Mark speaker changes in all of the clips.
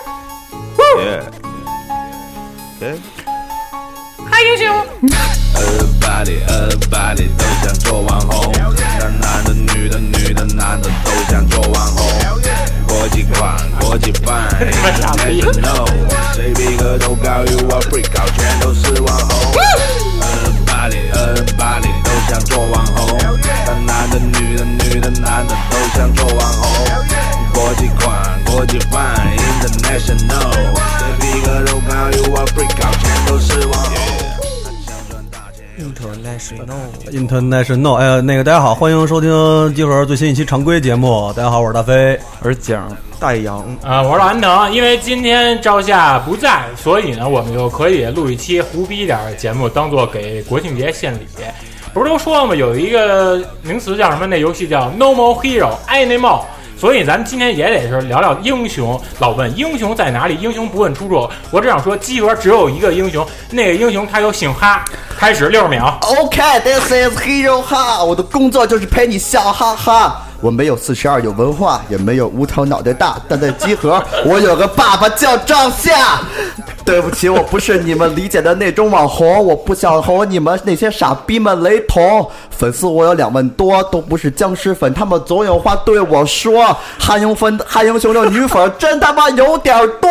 Speaker 1: Yeah. Yeah.
Speaker 2: Everybody Everybody 都想做网红，但男的女的女的男的都想做网红。国际款国际范，No，谁逼格都高于我，free 搞全都是网红。Everybody Everybody 都想做网红，但男的女的女的男的都想做网红。国际款国际范，International，谁逼格都高于我，free 搞全都是网红。
Speaker 3: International，哎呀，那个大家好，欢迎收听集合最新一期常规节目。大家好，我是大飞。
Speaker 4: 而讲大洋，
Speaker 5: 啊，我是安藤，因为今天赵夏不在，所以呢，我们就可以录一期胡逼点儿的节目，当做给国庆节献礼。不是都说了吗？有一个名词叫什么？那游戏叫 No More Hero，爱内帽。所以咱们今天也得是聊聊英雄。老问英雄在哪里？英雄不问出处。我只想说，鸡哥只有一个英雄，那个英雄他就姓哈。开始六十秒，
Speaker 6: OK，this、is Hero 哈，我的工作就是陪你笑哈哈。我没有四十二有文化，也没有无头脑袋大，但在集合， 我有个爸爸叫张夏。对不起，我不是你们理解的那种网红，我不想和你们那些傻逼们雷同。粉丝我有两万多，都不是僵尸粉，他们总有话对我说。汉英分汉英雄的女粉真他妈有点多，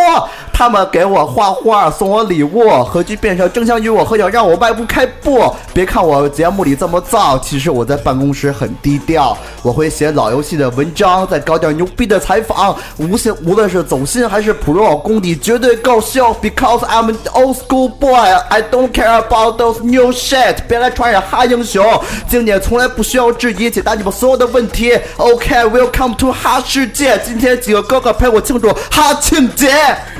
Speaker 6: 他们给我画画，送我礼物，何惧变成争相与我合影，让我迈不开步。别看我节目里这么燥，其实我在办公室很低调，我会写老游戏的文章，再搞点牛逼的采访。无心无论是走心还是 pro 功底，绝对够秀。Because I'm an old school boy, I don't care about those new shit。别来传染哈英雄，经典从来不需要质疑，解答你们所有的问题。OK，welcome、to 哈世界。今天几个哥哥陪我庆祝哈庆节。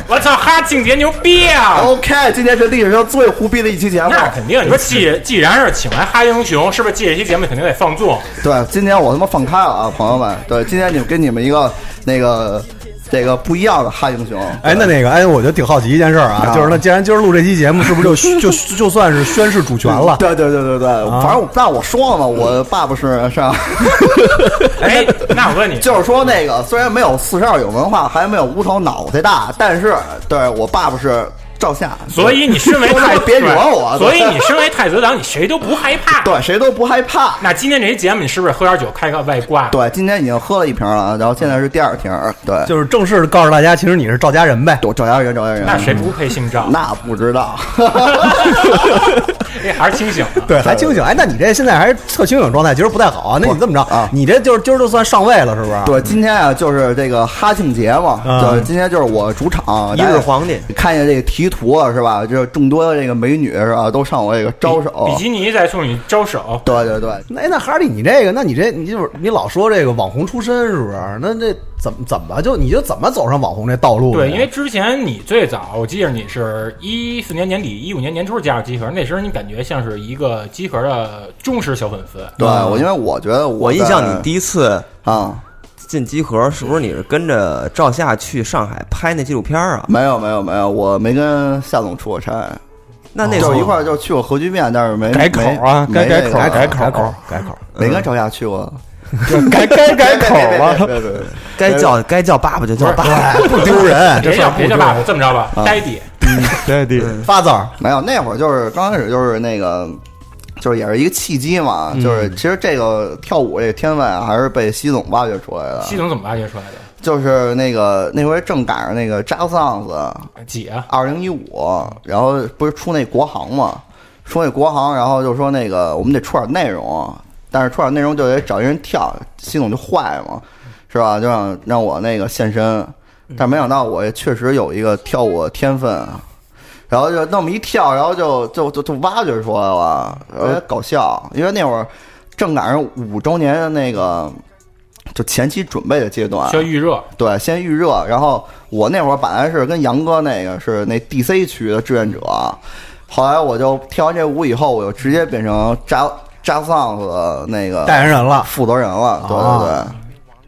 Speaker 5: 我操，哈庆节牛逼啊！
Speaker 6: OK，今天是历史上最胡逼的一期节目。
Speaker 5: 那肯定，你说既既然是请来哈英雄，是不是这期节目肯定得放纵？
Speaker 6: 对，今天我他妈放开了啊，朋友们。对，今天你们跟你们一个那个这个不一样的哈英雄。
Speaker 3: 哎，那那个，哎，我就挺好奇一件事儿啊，
Speaker 6: 啊
Speaker 3: 就是那既然今儿录这期节目，是不是就 就就就算是宣誓主权了？
Speaker 6: 对对对对对，反正我但我说了嘛，我爸爸是 是吧？
Speaker 5: 哎，那我问你，
Speaker 6: 就是说那个虽然没有四十二有文化，还没有无头脑袋大，但是对我爸爸是赵夏，
Speaker 5: 所以你 身为太
Speaker 6: 别惹我啊
Speaker 5: 所以你身为太子党，你谁都不害怕。
Speaker 6: 对谁都不害怕。
Speaker 5: 那今天这期节目，你是不是喝点酒开个外挂？
Speaker 6: 对，今天已经喝了一瓶了，啊然后现在是第二瓶。对，
Speaker 3: 就是正式告诉大家，其实你是赵家人呗。
Speaker 6: 我赵家人，赵家人，
Speaker 5: 那谁不配姓赵？
Speaker 6: 那不知道。
Speaker 5: 哎，还是清醒的。
Speaker 3: 对，还清醒。哎，那你这现在还是特清醒状态，其实不太好啊。那你这么着，
Speaker 6: 啊
Speaker 3: 你这就是今儿就算上位了，是不是？
Speaker 6: 对，今天啊，就是这个哈庆节嘛，
Speaker 3: 嗯
Speaker 6: 就是今天就是我主场，
Speaker 4: 一日皇帝，
Speaker 6: 看见这个题图啊，是吧？就是众多的这个美女是吧，都上我这个招手
Speaker 5: 比。基尼在冲你招手，
Speaker 6: 对对对，
Speaker 3: 那哎那哈利，你这个，那你这你就是你老说这个网红出身是不是？那这怎么怎么就你就怎么走上网红这道路的
Speaker 5: 对，
Speaker 3: 呀？
Speaker 5: 因为之前你最早，我记着你是一四年年底、一五年年初加入集合，那时候你感觉像是一个集合的忠实小粉丝。
Speaker 6: 对我因为我觉得我
Speaker 4: 我印象你
Speaker 6: 低
Speaker 4: 第一次
Speaker 6: 啊，
Speaker 4: 进集合，是不是你是跟着赵夏去上海拍那纪录片啊？
Speaker 6: 没有没有没有，我没跟夏总出过差，
Speaker 4: 那那时
Speaker 6: 哦就是一
Speaker 4: 候
Speaker 6: 块儿就去过核聚变，但是没
Speaker 7: 改口啊，
Speaker 6: 没
Speaker 7: 该改
Speaker 6: 没那
Speaker 7: 口，
Speaker 6: 个
Speaker 7: 改
Speaker 3: 改
Speaker 7: 口
Speaker 3: 口，啊改口，
Speaker 6: 没跟赵夏去过，
Speaker 7: 改 该改口
Speaker 6: 别
Speaker 7: 了。
Speaker 6: 别别别别别
Speaker 4: 该叫该叫爸爸就叫爸爸。
Speaker 3: 哎不丢 人，
Speaker 5: 别叫别叫爸爸，这么着吧，呆弟，
Speaker 7: 对对，
Speaker 3: 发字儿。
Speaker 6: 没有，那会儿就是刚开始就是那个，就是也是一个契机嘛，就是其实这个跳舞这个天分啊还是被西总挖掘出来的，
Speaker 5: 西总怎么挖掘出来的？
Speaker 6: 就是那个那回正赶上那个扎桑子
Speaker 5: 姐啊，
Speaker 6: 二零一五，然后不是出那国行嘛，出那国行，然后就说那个我们得出点内容，但是出点内容就得找一人跳，西总就坏嘛，是吧？就让让我那个现身，但没想到我也确实有一个跳舞的天分，然后就那么一跳，然后就就就就挖掘出来了，有点搞笑，因为那会儿正赶上五周年的那个。就前期准备的阶段，
Speaker 5: 需要预热。
Speaker 6: 对，先预热。然后我那会儿本来是跟杨哥那个是那 DC 区的志愿者，后来我就跳完这舞以后，我就直接变成扎扎桑子的那个
Speaker 3: 代言人了，
Speaker 6: 负责人了。对
Speaker 7: 啊
Speaker 6: 对对，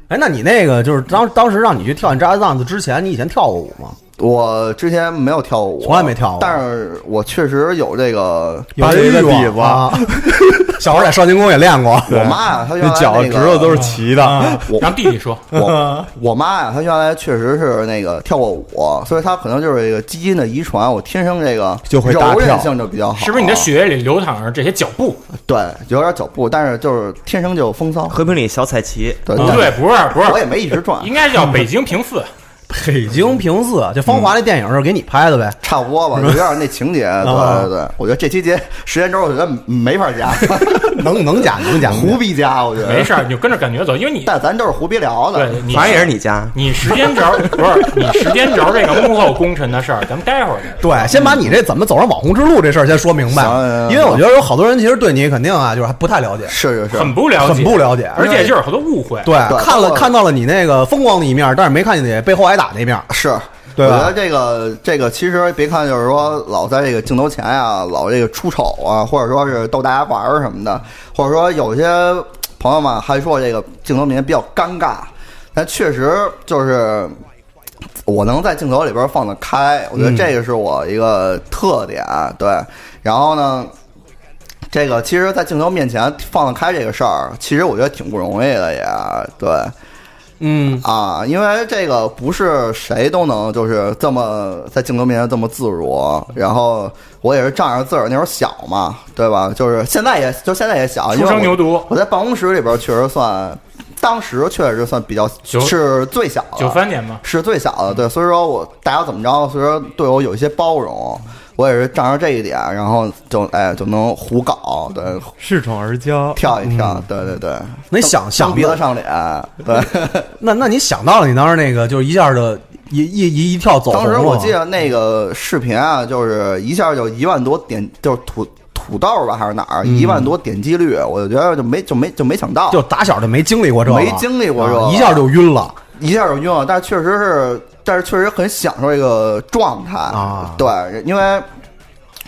Speaker 3: 哎，那你那个就是当当时让你去跳你扎浪子之前，你以前跳过舞吗？
Speaker 6: 我之前没有跳过舞，
Speaker 3: 从来没跳过
Speaker 6: 但是我确实有这个
Speaker 7: 有这个底子
Speaker 3: 啊， 小时候在少年宫也练过，
Speaker 6: 我妈呀，她原
Speaker 7: 那
Speaker 6: 来
Speaker 7: 脚
Speaker 6: 那
Speaker 7: 趾头
Speaker 6: 个
Speaker 7: 都是齐的，
Speaker 3: 啊
Speaker 6: 我
Speaker 5: 让弟弟说，
Speaker 6: 我我妈呀，她原来确实是那个跳过舞，所以她可能就是这个基因的遗传，我天生这个
Speaker 7: 就会大
Speaker 6: 柔
Speaker 7: 跳
Speaker 6: 韧性就比较好。
Speaker 5: 是不是你的？血液里流淌着这些脚步？
Speaker 6: 对，有点脚步，但是就是天生就风骚。
Speaker 4: 和平里小彩旗，
Speaker 6: 对
Speaker 5: 不对，，不是不
Speaker 6: 啊但我也
Speaker 5: 是，
Speaker 6: 没啊一直转
Speaker 5: 应，该叫北京平四。
Speaker 3: 北京平四，就芳华那电影是给你拍 的呗。
Speaker 6: 差不 多吧，有点那情节。对对对，我觉得这期节时间轴，我觉得没法加，
Speaker 3: 能能讲能讲，
Speaker 6: 胡逼加，我觉得
Speaker 5: 没事儿，你就跟着感觉走，因为你
Speaker 6: 但咱都是胡逼聊的。
Speaker 5: 对你
Speaker 4: 反正也是你家，
Speaker 5: 你时间轴不是你时间轴这个幕后功臣的事儿，咱们待会儿再说
Speaker 3: 对，先把你这怎么走上网红之路这事儿先说明白
Speaker 6: 行行，行
Speaker 3: 因为我觉得有好多人其实对你肯定啊，就是还不太了解。
Speaker 6: 是是是，
Speaker 5: 很不了解，
Speaker 3: 很不了解
Speaker 5: 而且就是很多误会。
Speaker 3: 对，
Speaker 6: 对
Speaker 3: 看
Speaker 6: 包
Speaker 3: 了
Speaker 6: 括
Speaker 3: 看到了你那个风光的一面，但是没看见你背后挨打那面。
Speaker 6: 是，
Speaker 3: 对
Speaker 6: 我
Speaker 3: 吧
Speaker 6: 觉得这个这个其实别看就是说老在这个镜头前呀、老这个出丑啊，或者说是逗大家玩儿什么的，或者说有些朋友们还说这个镜头里面比较尴尬，但确实就是我能在镜头里边放得开，我觉得这个是我一个特点。对，然后呢，这个其实，在镜头面前放得开这个事儿，其实我觉得挺不容易的也对。
Speaker 3: 嗯，
Speaker 6: 啊，因为这个不是谁都能就是这么在镜头面前这么自如。然后我也是仗着自个儿那时候小嘛，对吧？就是现在也就现在也小，因
Speaker 5: 初
Speaker 6: 为
Speaker 5: 生
Speaker 6: 我
Speaker 5: 牛犊，
Speaker 6: 我在办公室里边确实算，当时确实算比较
Speaker 5: 九
Speaker 6: 是最小的，
Speaker 5: 九三年嘛，
Speaker 6: 是最小的，对，所以说我大家怎么着，所以说对我有一些包容，我也是仗着这一点，然后就哎就能胡搞，对，
Speaker 7: 恃宠而骄。嗯
Speaker 6: 跳一跳，对对对，
Speaker 3: 那你想想
Speaker 6: 蹬鼻
Speaker 3: 到
Speaker 6: 子上脸，对。
Speaker 3: 那那你想到了你当时那个就是一下就一一一一跳走红
Speaker 6: 当
Speaker 3: 了
Speaker 6: 时
Speaker 3: 吗？
Speaker 6: 我记得那个视频啊，就是一下就一万多点，就是土土豆吧还是哪儿，一万多点击率，我就觉得就没就没就没想到，
Speaker 3: 嗯就打小就没经历过这个，
Speaker 6: 没经历过这个
Speaker 3: 啊一下就晕了。
Speaker 6: 一下就晕了。但是确实是，但是确实很享受这个状态
Speaker 3: 啊
Speaker 6: 对，因为。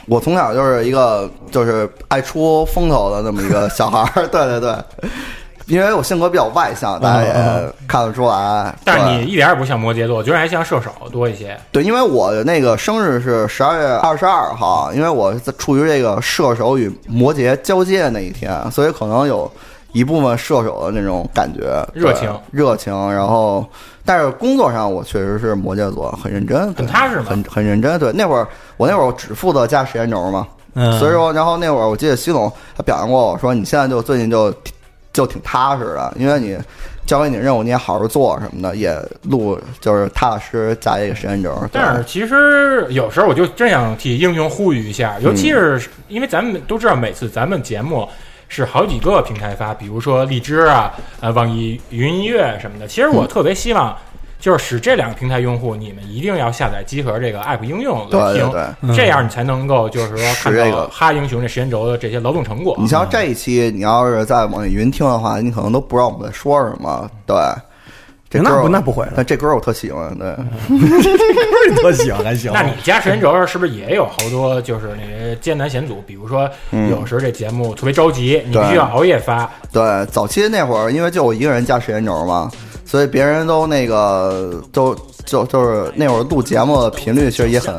Speaker 6: 我从小就是一个就是爱出风头的那么一个小孩儿， 对对对，因为我性格比较外向，大家
Speaker 3: 嗯
Speaker 6: 也看得出来。
Speaker 5: 但是
Speaker 6: 对啊
Speaker 5: 你一点也不像摩羯座，我觉得还像射手多一些。
Speaker 6: 对，因为我的那个生日是十二月二十二号，因为我在处于这个射手与摩羯交界那一天，所以可能有一部分射手的那种感觉，对
Speaker 5: 热情，
Speaker 6: 热情。然后，但是工作上我确实是摩羯座，很认真，对
Speaker 5: 很踏实嘛
Speaker 6: 很很认真。对，那会儿我那会儿我只负责加时间轴嘛，
Speaker 3: 嗯
Speaker 6: 所以说，然后那会儿我记得习总他表扬过我说，你现在就最近就挺就挺踏实的，因为你交给你任务你也好好做什么的，也录就是踏踏实实加一个时间轴。对
Speaker 5: 但是其实有时候我就真想替英雄呼吁一下，
Speaker 6: 嗯
Speaker 5: 尤其是因为咱们都知道，每次咱们节目是好几个平台发，比如说荔枝啊、呃网易云音乐什么的。其实我特别希望。就是使这两个平台用户，你们一定要下载集合这个 app 应用来
Speaker 6: 对
Speaker 5: 听，
Speaker 6: 对
Speaker 5: 这样你才能够就是说看
Speaker 6: 使这
Speaker 5: 到
Speaker 6: 个
Speaker 5: 哈英雄这时间轴的这些劳动成果。
Speaker 6: 你像这一期，你要是在网易云听的话，你可能都不知道我们在说什么。对，这歌
Speaker 3: 那
Speaker 6: 儿
Speaker 3: 不那不会的嗯
Speaker 6: 但这歌儿我特喜欢。对，
Speaker 3: 不是 特喜欢还行
Speaker 5: 那你加时间轴是不是也有好多就是那些艰难险阻？比如说
Speaker 6: 嗯
Speaker 5: 有时候这节目特别着急，你必须要熬夜发，
Speaker 6: 对，早期那会儿，因为就我一个人加时间轴嘛，所以别人都那个都就就是那会儿录节目的频率其实也很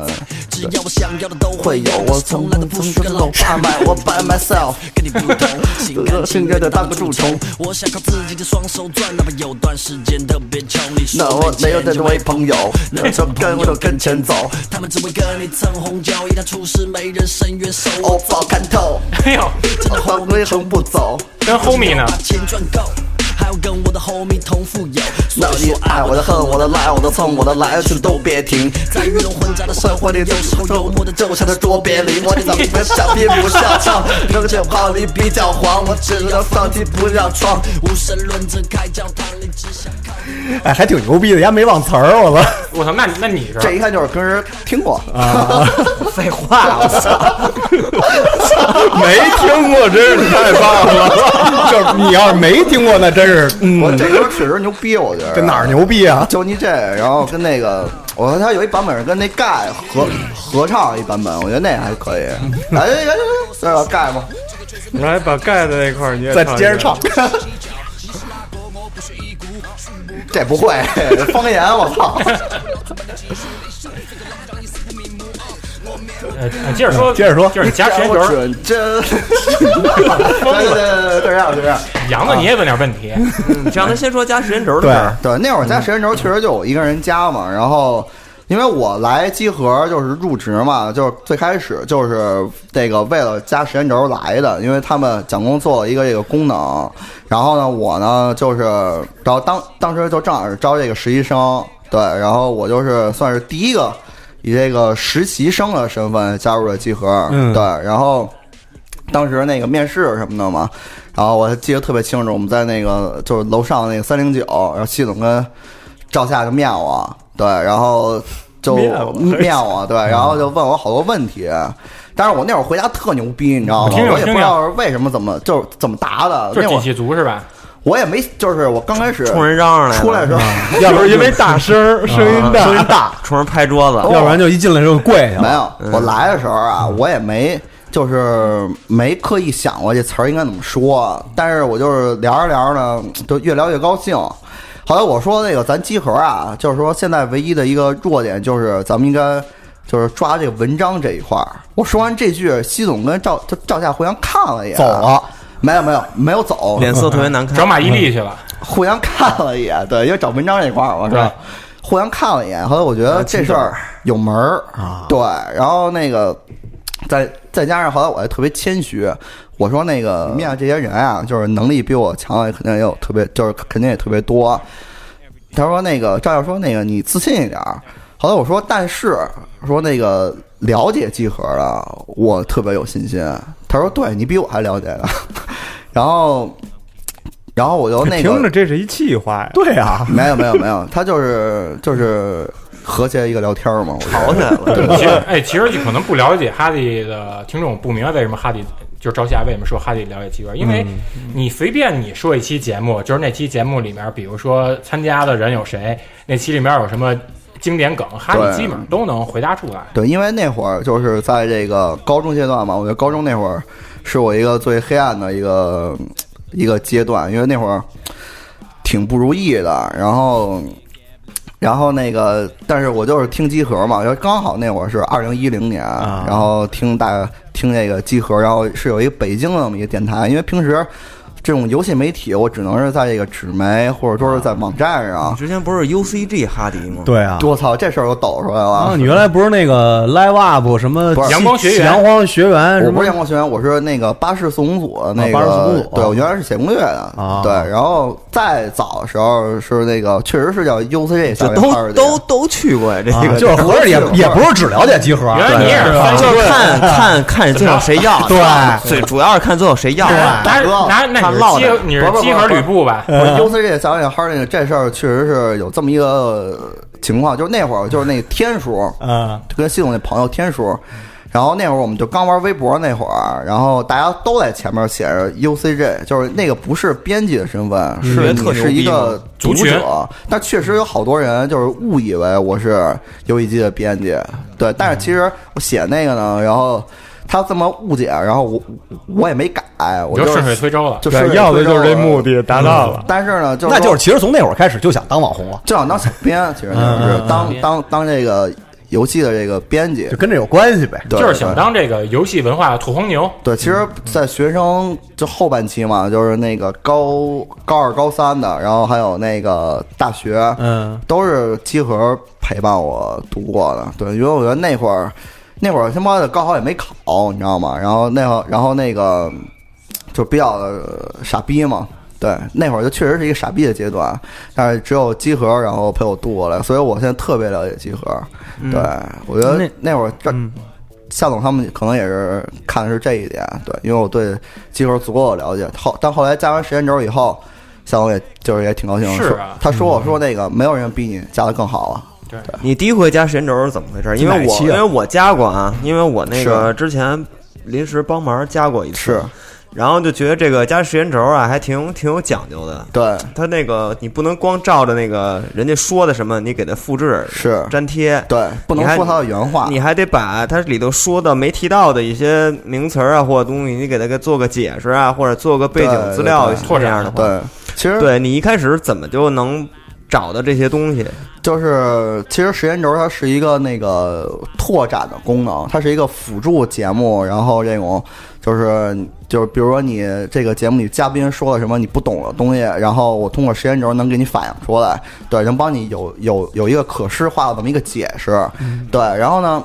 Speaker 8: 只要我想要的都会有，我从来都不寻求老爸买，我 by myself，跟 你不同，心甘情愿的当个蛀虫。我想靠自己的双手赚，哪怕有段时间特别穷。你说
Speaker 6: 那我没有
Speaker 8: 钱
Speaker 6: 那
Speaker 8: 就
Speaker 6: 多位朋友，那就跟我都跟前走，
Speaker 8: 他们只会跟你蹭红酒，一旦出事没人伸冤手。
Speaker 6: 我早看透，
Speaker 5: 哎呦，
Speaker 8: 真的
Speaker 6: 黄昏横不走。
Speaker 5: 跟 homie 呢
Speaker 8: 把？钱赚够，还要跟我的 homie 同富有。
Speaker 6: 那你爱我的恨我的赖我的蹭我的来，就都别停。
Speaker 8: 在鱼龙混杂的社
Speaker 6: 社会
Speaker 8: 会里，
Speaker 6: 里
Speaker 8: 有
Speaker 6: 总
Speaker 8: 时
Speaker 6: 是
Speaker 8: 候
Speaker 6: 周
Speaker 8: 幽
Speaker 6: 末
Speaker 8: 默
Speaker 6: 的
Speaker 8: 的
Speaker 6: 就
Speaker 8: 就
Speaker 6: 像
Speaker 8: 像
Speaker 6: 在
Speaker 8: 在
Speaker 6: 桌
Speaker 8: 桌
Speaker 6: 边
Speaker 8: 边
Speaker 6: 临
Speaker 8: 临
Speaker 6: 摹
Speaker 8: 摹
Speaker 6: 你怎
Speaker 8: 你
Speaker 6: 么
Speaker 8: 怎么
Speaker 6: 没笑皮不笑唱，那个酒泡你比较黄，我只能放弃不要装。
Speaker 8: 无神论者开教堂里只想靠。
Speaker 3: 哎，还挺牛逼的，人家没忘词儿，我操！
Speaker 5: 我操，那那你是
Speaker 6: 这一看就是跟人听过，
Speaker 3: 啊废话，我操！
Speaker 7: 没听过，真是太棒了！
Speaker 3: 就是你要是没听过，那真是
Speaker 6: 我
Speaker 3: 嗯，
Speaker 6: 这歌确实牛逼，我觉得。
Speaker 3: 这哪儿？牛逼啊？
Speaker 6: 就你这，然后跟那个，我看他有一版本是跟那盖合合唱一版本，我觉得那还可以。哎哎哎，这要盖吗？
Speaker 7: 来，把盖的那块儿你也
Speaker 3: 再接着唱，
Speaker 6: 这不会方言，我操！
Speaker 5: 呃，呃接着说，
Speaker 3: 接着说
Speaker 5: 就是加时间轴儿。
Speaker 6: 准真，对对对对，这样这样。
Speaker 5: 杨子，你也问点问题，
Speaker 4: 你让他先说加时间轴的
Speaker 6: 对
Speaker 4: 事儿。
Speaker 6: 对，那会儿加时间轴确实就我一个人加嘛，然后。因为我来集合就是入职嘛，就是最开始就是那个为了加时间轴来的，因为他们蒋工做了一个这个功能，然后呢，我呢就是，然后当当时就正好是招这个实习生，对，然后我就是算是第一个以这个实习生的身份加入了集合，
Speaker 3: 嗯
Speaker 6: 对，然后当时那个面试什么的嘛，然后我还记得特别清楚，我们在那个就是楼上那个三零九，然后系总跟赵夏就面我，对，然后就
Speaker 5: 面嗯我
Speaker 6: 面我，对，然后就问我好多问题。但是我那会儿回答特牛逼，你知道
Speaker 5: 我
Speaker 6: 吗？
Speaker 5: 听听
Speaker 6: 我也
Speaker 5: 听听
Speaker 6: 不知道是为什么怎么就是怎么答的。
Speaker 5: 就是
Speaker 6: 那会
Speaker 5: 底
Speaker 6: 儿
Speaker 5: 气足是吧？
Speaker 6: 我也没，就是我刚开始
Speaker 4: 冲人嚷嚷来了，
Speaker 6: 出来的时候，
Speaker 5: 嗯
Speaker 3: 要不是因为大声儿，声音大，声音大，
Speaker 4: 冲人拍桌子，
Speaker 3: 要不然就一进来就跪啊下了。
Speaker 6: 哦没有，嗯我来的时候啊，我也没就是没刻意想过这词儿应该怎么说，但是我就是聊着聊着呢，就越聊越高兴。后来我说那个咱集合啊，就是说现在唯一的一个弱点就是咱们应该就是抓这个文章这一块儿。我说完这句，西总跟赵就赵夏互相看了一眼，
Speaker 3: 走了。
Speaker 6: 没有没有没有走，
Speaker 4: 脸色特别难看。
Speaker 5: 找马伊琍去了，
Speaker 6: 互相看了一眼，对，因为找文章这块儿嘛，是吧
Speaker 5: 对？
Speaker 6: 互相看了一眼，后来我觉得这啊事儿有门儿啊，对，然后那个再再加上后来我还特别谦虚，我说那个面对这些人啊，就是能力比我强的肯定也有特别，就是肯定也特别多。他说那个赵耀说那个你自信一点儿。后来我说但是说那个了解集合了，我特别有信心。他说对你比我还了解呢。 然后，然后我就那个
Speaker 7: 听着这是一气话呀，
Speaker 3: 对啊，
Speaker 6: 没有没有没有，他就是就是和谐一个聊天儿嘛，我觉
Speaker 4: 吵
Speaker 6: 得
Speaker 4: 起来了，
Speaker 5: 其实哎，其实可能不了解哈迪的听众不明白为什么哈迪就是赵夏为什么说哈迪了解集合，因为你随便你说一期节目，就是那期节目里面，比如说参加的人有谁，那期里面有什么经典梗，哈迪
Speaker 6: 对
Speaker 5: 基本上都能回答出来。
Speaker 6: 对，因为那会儿就是在这个高中阶段嘛，我觉得高中那会儿是我一个最黑暗的一个一个阶段，因为那会儿挺不如意的，然后。然后那个，但是我就是听集合嘛，然后刚好那会儿是二零一零年，
Speaker 3: 啊
Speaker 6: 然后听大听那个集合，然后是有一个北京的那么一个电台，因为平时这种游戏媒体，我只能是在这个纸媒或者说是在网站
Speaker 4: 你
Speaker 3: 啊
Speaker 6: 上。
Speaker 4: 之前不是 UCG 哈迪吗？
Speaker 3: 对啊。
Speaker 6: 我操，这事儿我抖出来了！
Speaker 3: 啊，你原来不是那个 Live Up 什么
Speaker 6: 不是
Speaker 5: 阳光学员
Speaker 3: 阳光学员
Speaker 6: 我
Speaker 3: 什
Speaker 6: 不
Speaker 3: 么
Speaker 6: 是阳光学员，我是那个巴士速攻组的那个，
Speaker 3: 巴士速攻组
Speaker 6: 对
Speaker 3: 啊
Speaker 6: 我原来是写攻略的，
Speaker 3: 啊
Speaker 6: 对。然后再早的时候是那个，确实是叫
Speaker 4: 这
Speaker 6: UCG 校
Speaker 4: 都
Speaker 6: 园 party
Speaker 4: 都都去过呀，这
Speaker 3: 啊
Speaker 4: 个
Speaker 3: 就是合着也
Speaker 6: 合着
Speaker 3: 也不是只了解集合，
Speaker 5: 原来你也是翻
Speaker 4: 就是看看看最后谁要，
Speaker 3: 对
Speaker 4: 最主要是看最后谁要。
Speaker 5: 拿拿那你是
Speaker 4: 他
Speaker 5: 基你是
Speaker 6: 不是不是
Speaker 5: 基
Speaker 6: 不
Speaker 5: 合
Speaker 6: 是
Speaker 5: 吕布吧？
Speaker 6: 不是 UCG 校园 party 这事儿确实是有这么一个情况，就是那会儿就是那天叔，
Speaker 7: 啊
Speaker 3: 嗯，
Speaker 6: 就跟系统那朋友天叔，然后那会儿我们就刚玩微博那会儿，然后大家都在前面写着 UCG，就是那个不是编辑的身
Speaker 5: 嗯
Speaker 6: 份，是
Speaker 4: 特
Speaker 6: 你
Speaker 4: 牛
Speaker 6: 是一
Speaker 4: 逼
Speaker 6: 个
Speaker 5: 族
Speaker 6: 读
Speaker 5: 群
Speaker 6: 者，但确实有好多人就是误以为我是游戏机的编辑，对，但是其实我写那个呢，然后。他这么误解，然后我我也没改，我
Speaker 5: 你就是顺水推舟了。
Speaker 6: 就
Speaker 7: 对
Speaker 6: 是
Speaker 7: 要的就是这目的达到了。
Speaker 6: 嗯但是呢，就是
Speaker 3: 那
Speaker 6: 说
Speaker 3: 就是其实从那会儿开始就想当网红了，
Speaker 6: 就想当小编，其实
Speaker 7: 嗯
Speaker 6: 就是当当当这个游戏的这个编辑
Speaker 3: 就，跟这有关系呗。
Speaker 6: 对哦
Speaker 5: 就是想
Speaker 6: 对
Speaker 5: 当这个游戏文化的土黄牛，
Speaker 6: 对，其实，在学生就后半期嘛，就是那个高高二、高三的，然后还有那个大学，
Speaker 3: 嗯，
Speaker 6: 都是集合陪伴我度过的。对，因为我觉得那会儿，那会儿他妈的高考也没考，你知道吗？然后那会儿，然后那个就比较呃傻逼嘛。对，那会儿就确实是一个傻逼的阶段，但是只有集合然后陪我度过来，所以我现在特别了解集合。对，我觉得
Speaker 4: 那
Speaker 6: 那会儿这夏总他们可能也是看的是这一点，对，因为我对集合足够的了解。后但后来加完时间轴以后，夏总也就是也挺高兴的，
Speaker 5: 是
Speaker 6: 说
Speaker 5: 啊
Speaker 6: 他说我说那个没有人比你加的更好啊，
Speaker 4: 你第一回加时间轴是怎么回事？因为
Speaker 3: 哪
Speaker 4: 我
Speaker 3: 期
Speaker 4: 因
Speaker 3: 啊
Speaker 4: 为我加过啊，因为我那个
Speaker 6: 是
Speaker 4: 之前临时帮忙加过一次，
Speaker 6: 是
Speaker 4: 然后就觉得这个加时间轴啊，还挺挺有讲究的。
Speaker 6: 对，
Speaker 4: 他那个你不能光照着那个人家说的什么，你给他复制
Speaker 6: 是
Speaker 4: 粘贴，
Speaker 6: 对，不能
Speaker 4: 你还
Speaker 6: 说他的原话，
Speaker 4: 你还得把它里头说的没提到的一些名词儿啊或者东西，你给它给做个解释啊，或者做个背景资料
Speaker 6: 对对对
Speaker 4: 这样的话。
Speaker 6: 对，其实
Speaker 4: 对你一开始怎么就能找的这些东西？
Speaker 6: 就是其实时间轴它是一个那个拓展的功能，它是一个辅助节目，然后这种就是就是比如说你这个节目里嘉宾说了什么你不懂的东西，然后我通过时间轴能给你反映出来，对，能帮你有有有一个可视化的这么一个解释，对，然后呢。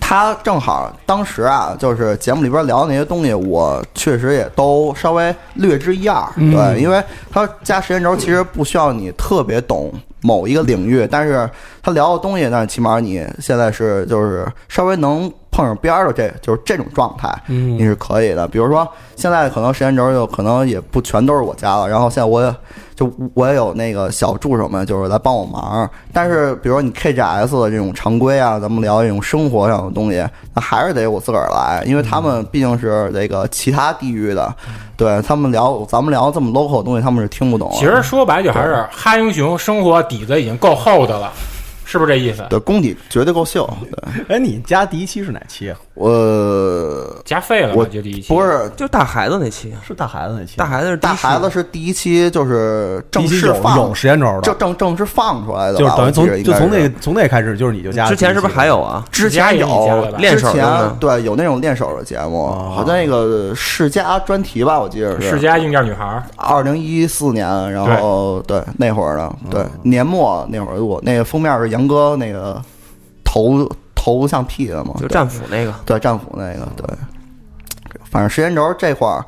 Speaker 6: 他正好当时啊，就是节目里边聊的那些东西，我确实也都稍微略知一二。对，因为他加时间轴其实不需要你特别懂某一个领域，但是他聊的东西呢，起码你现在是就是稍微能碰上边儿的这，就是这种状态，你是可以的。比如说现在可能时间轴就可能也不全都是我加了，然后现在我也就我也有那个小助手们，就是来帮我忙。但是，比如说你 KGS 的这种常规啊，咱们聊这种生活上的东西，那还是得我自个儿来，因为他们毕竟是这个其他地域的，对他们聊咱们聊这么 local 的东西，他们是听不懂的。啊
Speaker 5: 其实说白了就还是哈英雄生活底子已经够厚的了，是不是这意思？
Speaker 6: 对功底绝对够秀。对，
Speaker 3: 哎，你加第一期是哪期啊？
Speaker 6: 我
Speaker 5: 加费了吧？
Speaker 6: 我
Speaker 5: 就第一期
Speaker 6: 不是
Speaker 4: 就大孩子那期，啊
Speaker 3: 是大孩子那期，
Speaker 4: 大孩子是第一
Speaker 6: 大
Speaker 4: 期
Speaker 6: 孩子是第一期，就是
Speaker 3: 第
Speaker 6: 正
Speaker 3: 一期
Speaker 6: 式
Speaker 3: 有
Speaker 6: 放
Speaker 3: 有时间轴的，
Speaker 6: 正正正式放出来的吧，
Speaker 3: 就是等于从就
Speaker 6: 我记得应该
Speaker 3: 从
Speaker 6: 是
Speaker 3: 那个从那开始，就是你就加了
Speaker 4: 之前是不是
Speaker 3: 第一期
Speaker 4: 还有啊？
Speaker 6: 之
Speaker 5: 家
Speaker 6: 前
Speaker 5: 也
Speaker 6: 有
Speaker 5: 你加了吧
Speaker 4: 练手
Speaker 6: 之
Speaker 4: 的
Speaker 6: 前
Speaker 4: 呢哦
Speaker 6: 对有那种练手的节目，好像那个世嘉专题吧，我记得
Speaker 5: 世
Speaker 6: 是啊
Speaker 5: 家硬件女孩儿，
Speaker 6: 二零一四年，然后对那会儿的，对
Speaker 4: 嗯
Speaker 6: 年末那会儿，我那个封面是杨哥那个头头像 P 的嘛，
Speaker 4: 就
Speaker 6: 哦对
Speaker 4: 战斧那个，
Speaker 6: 对战斧那个对，反正时间轴这块儿，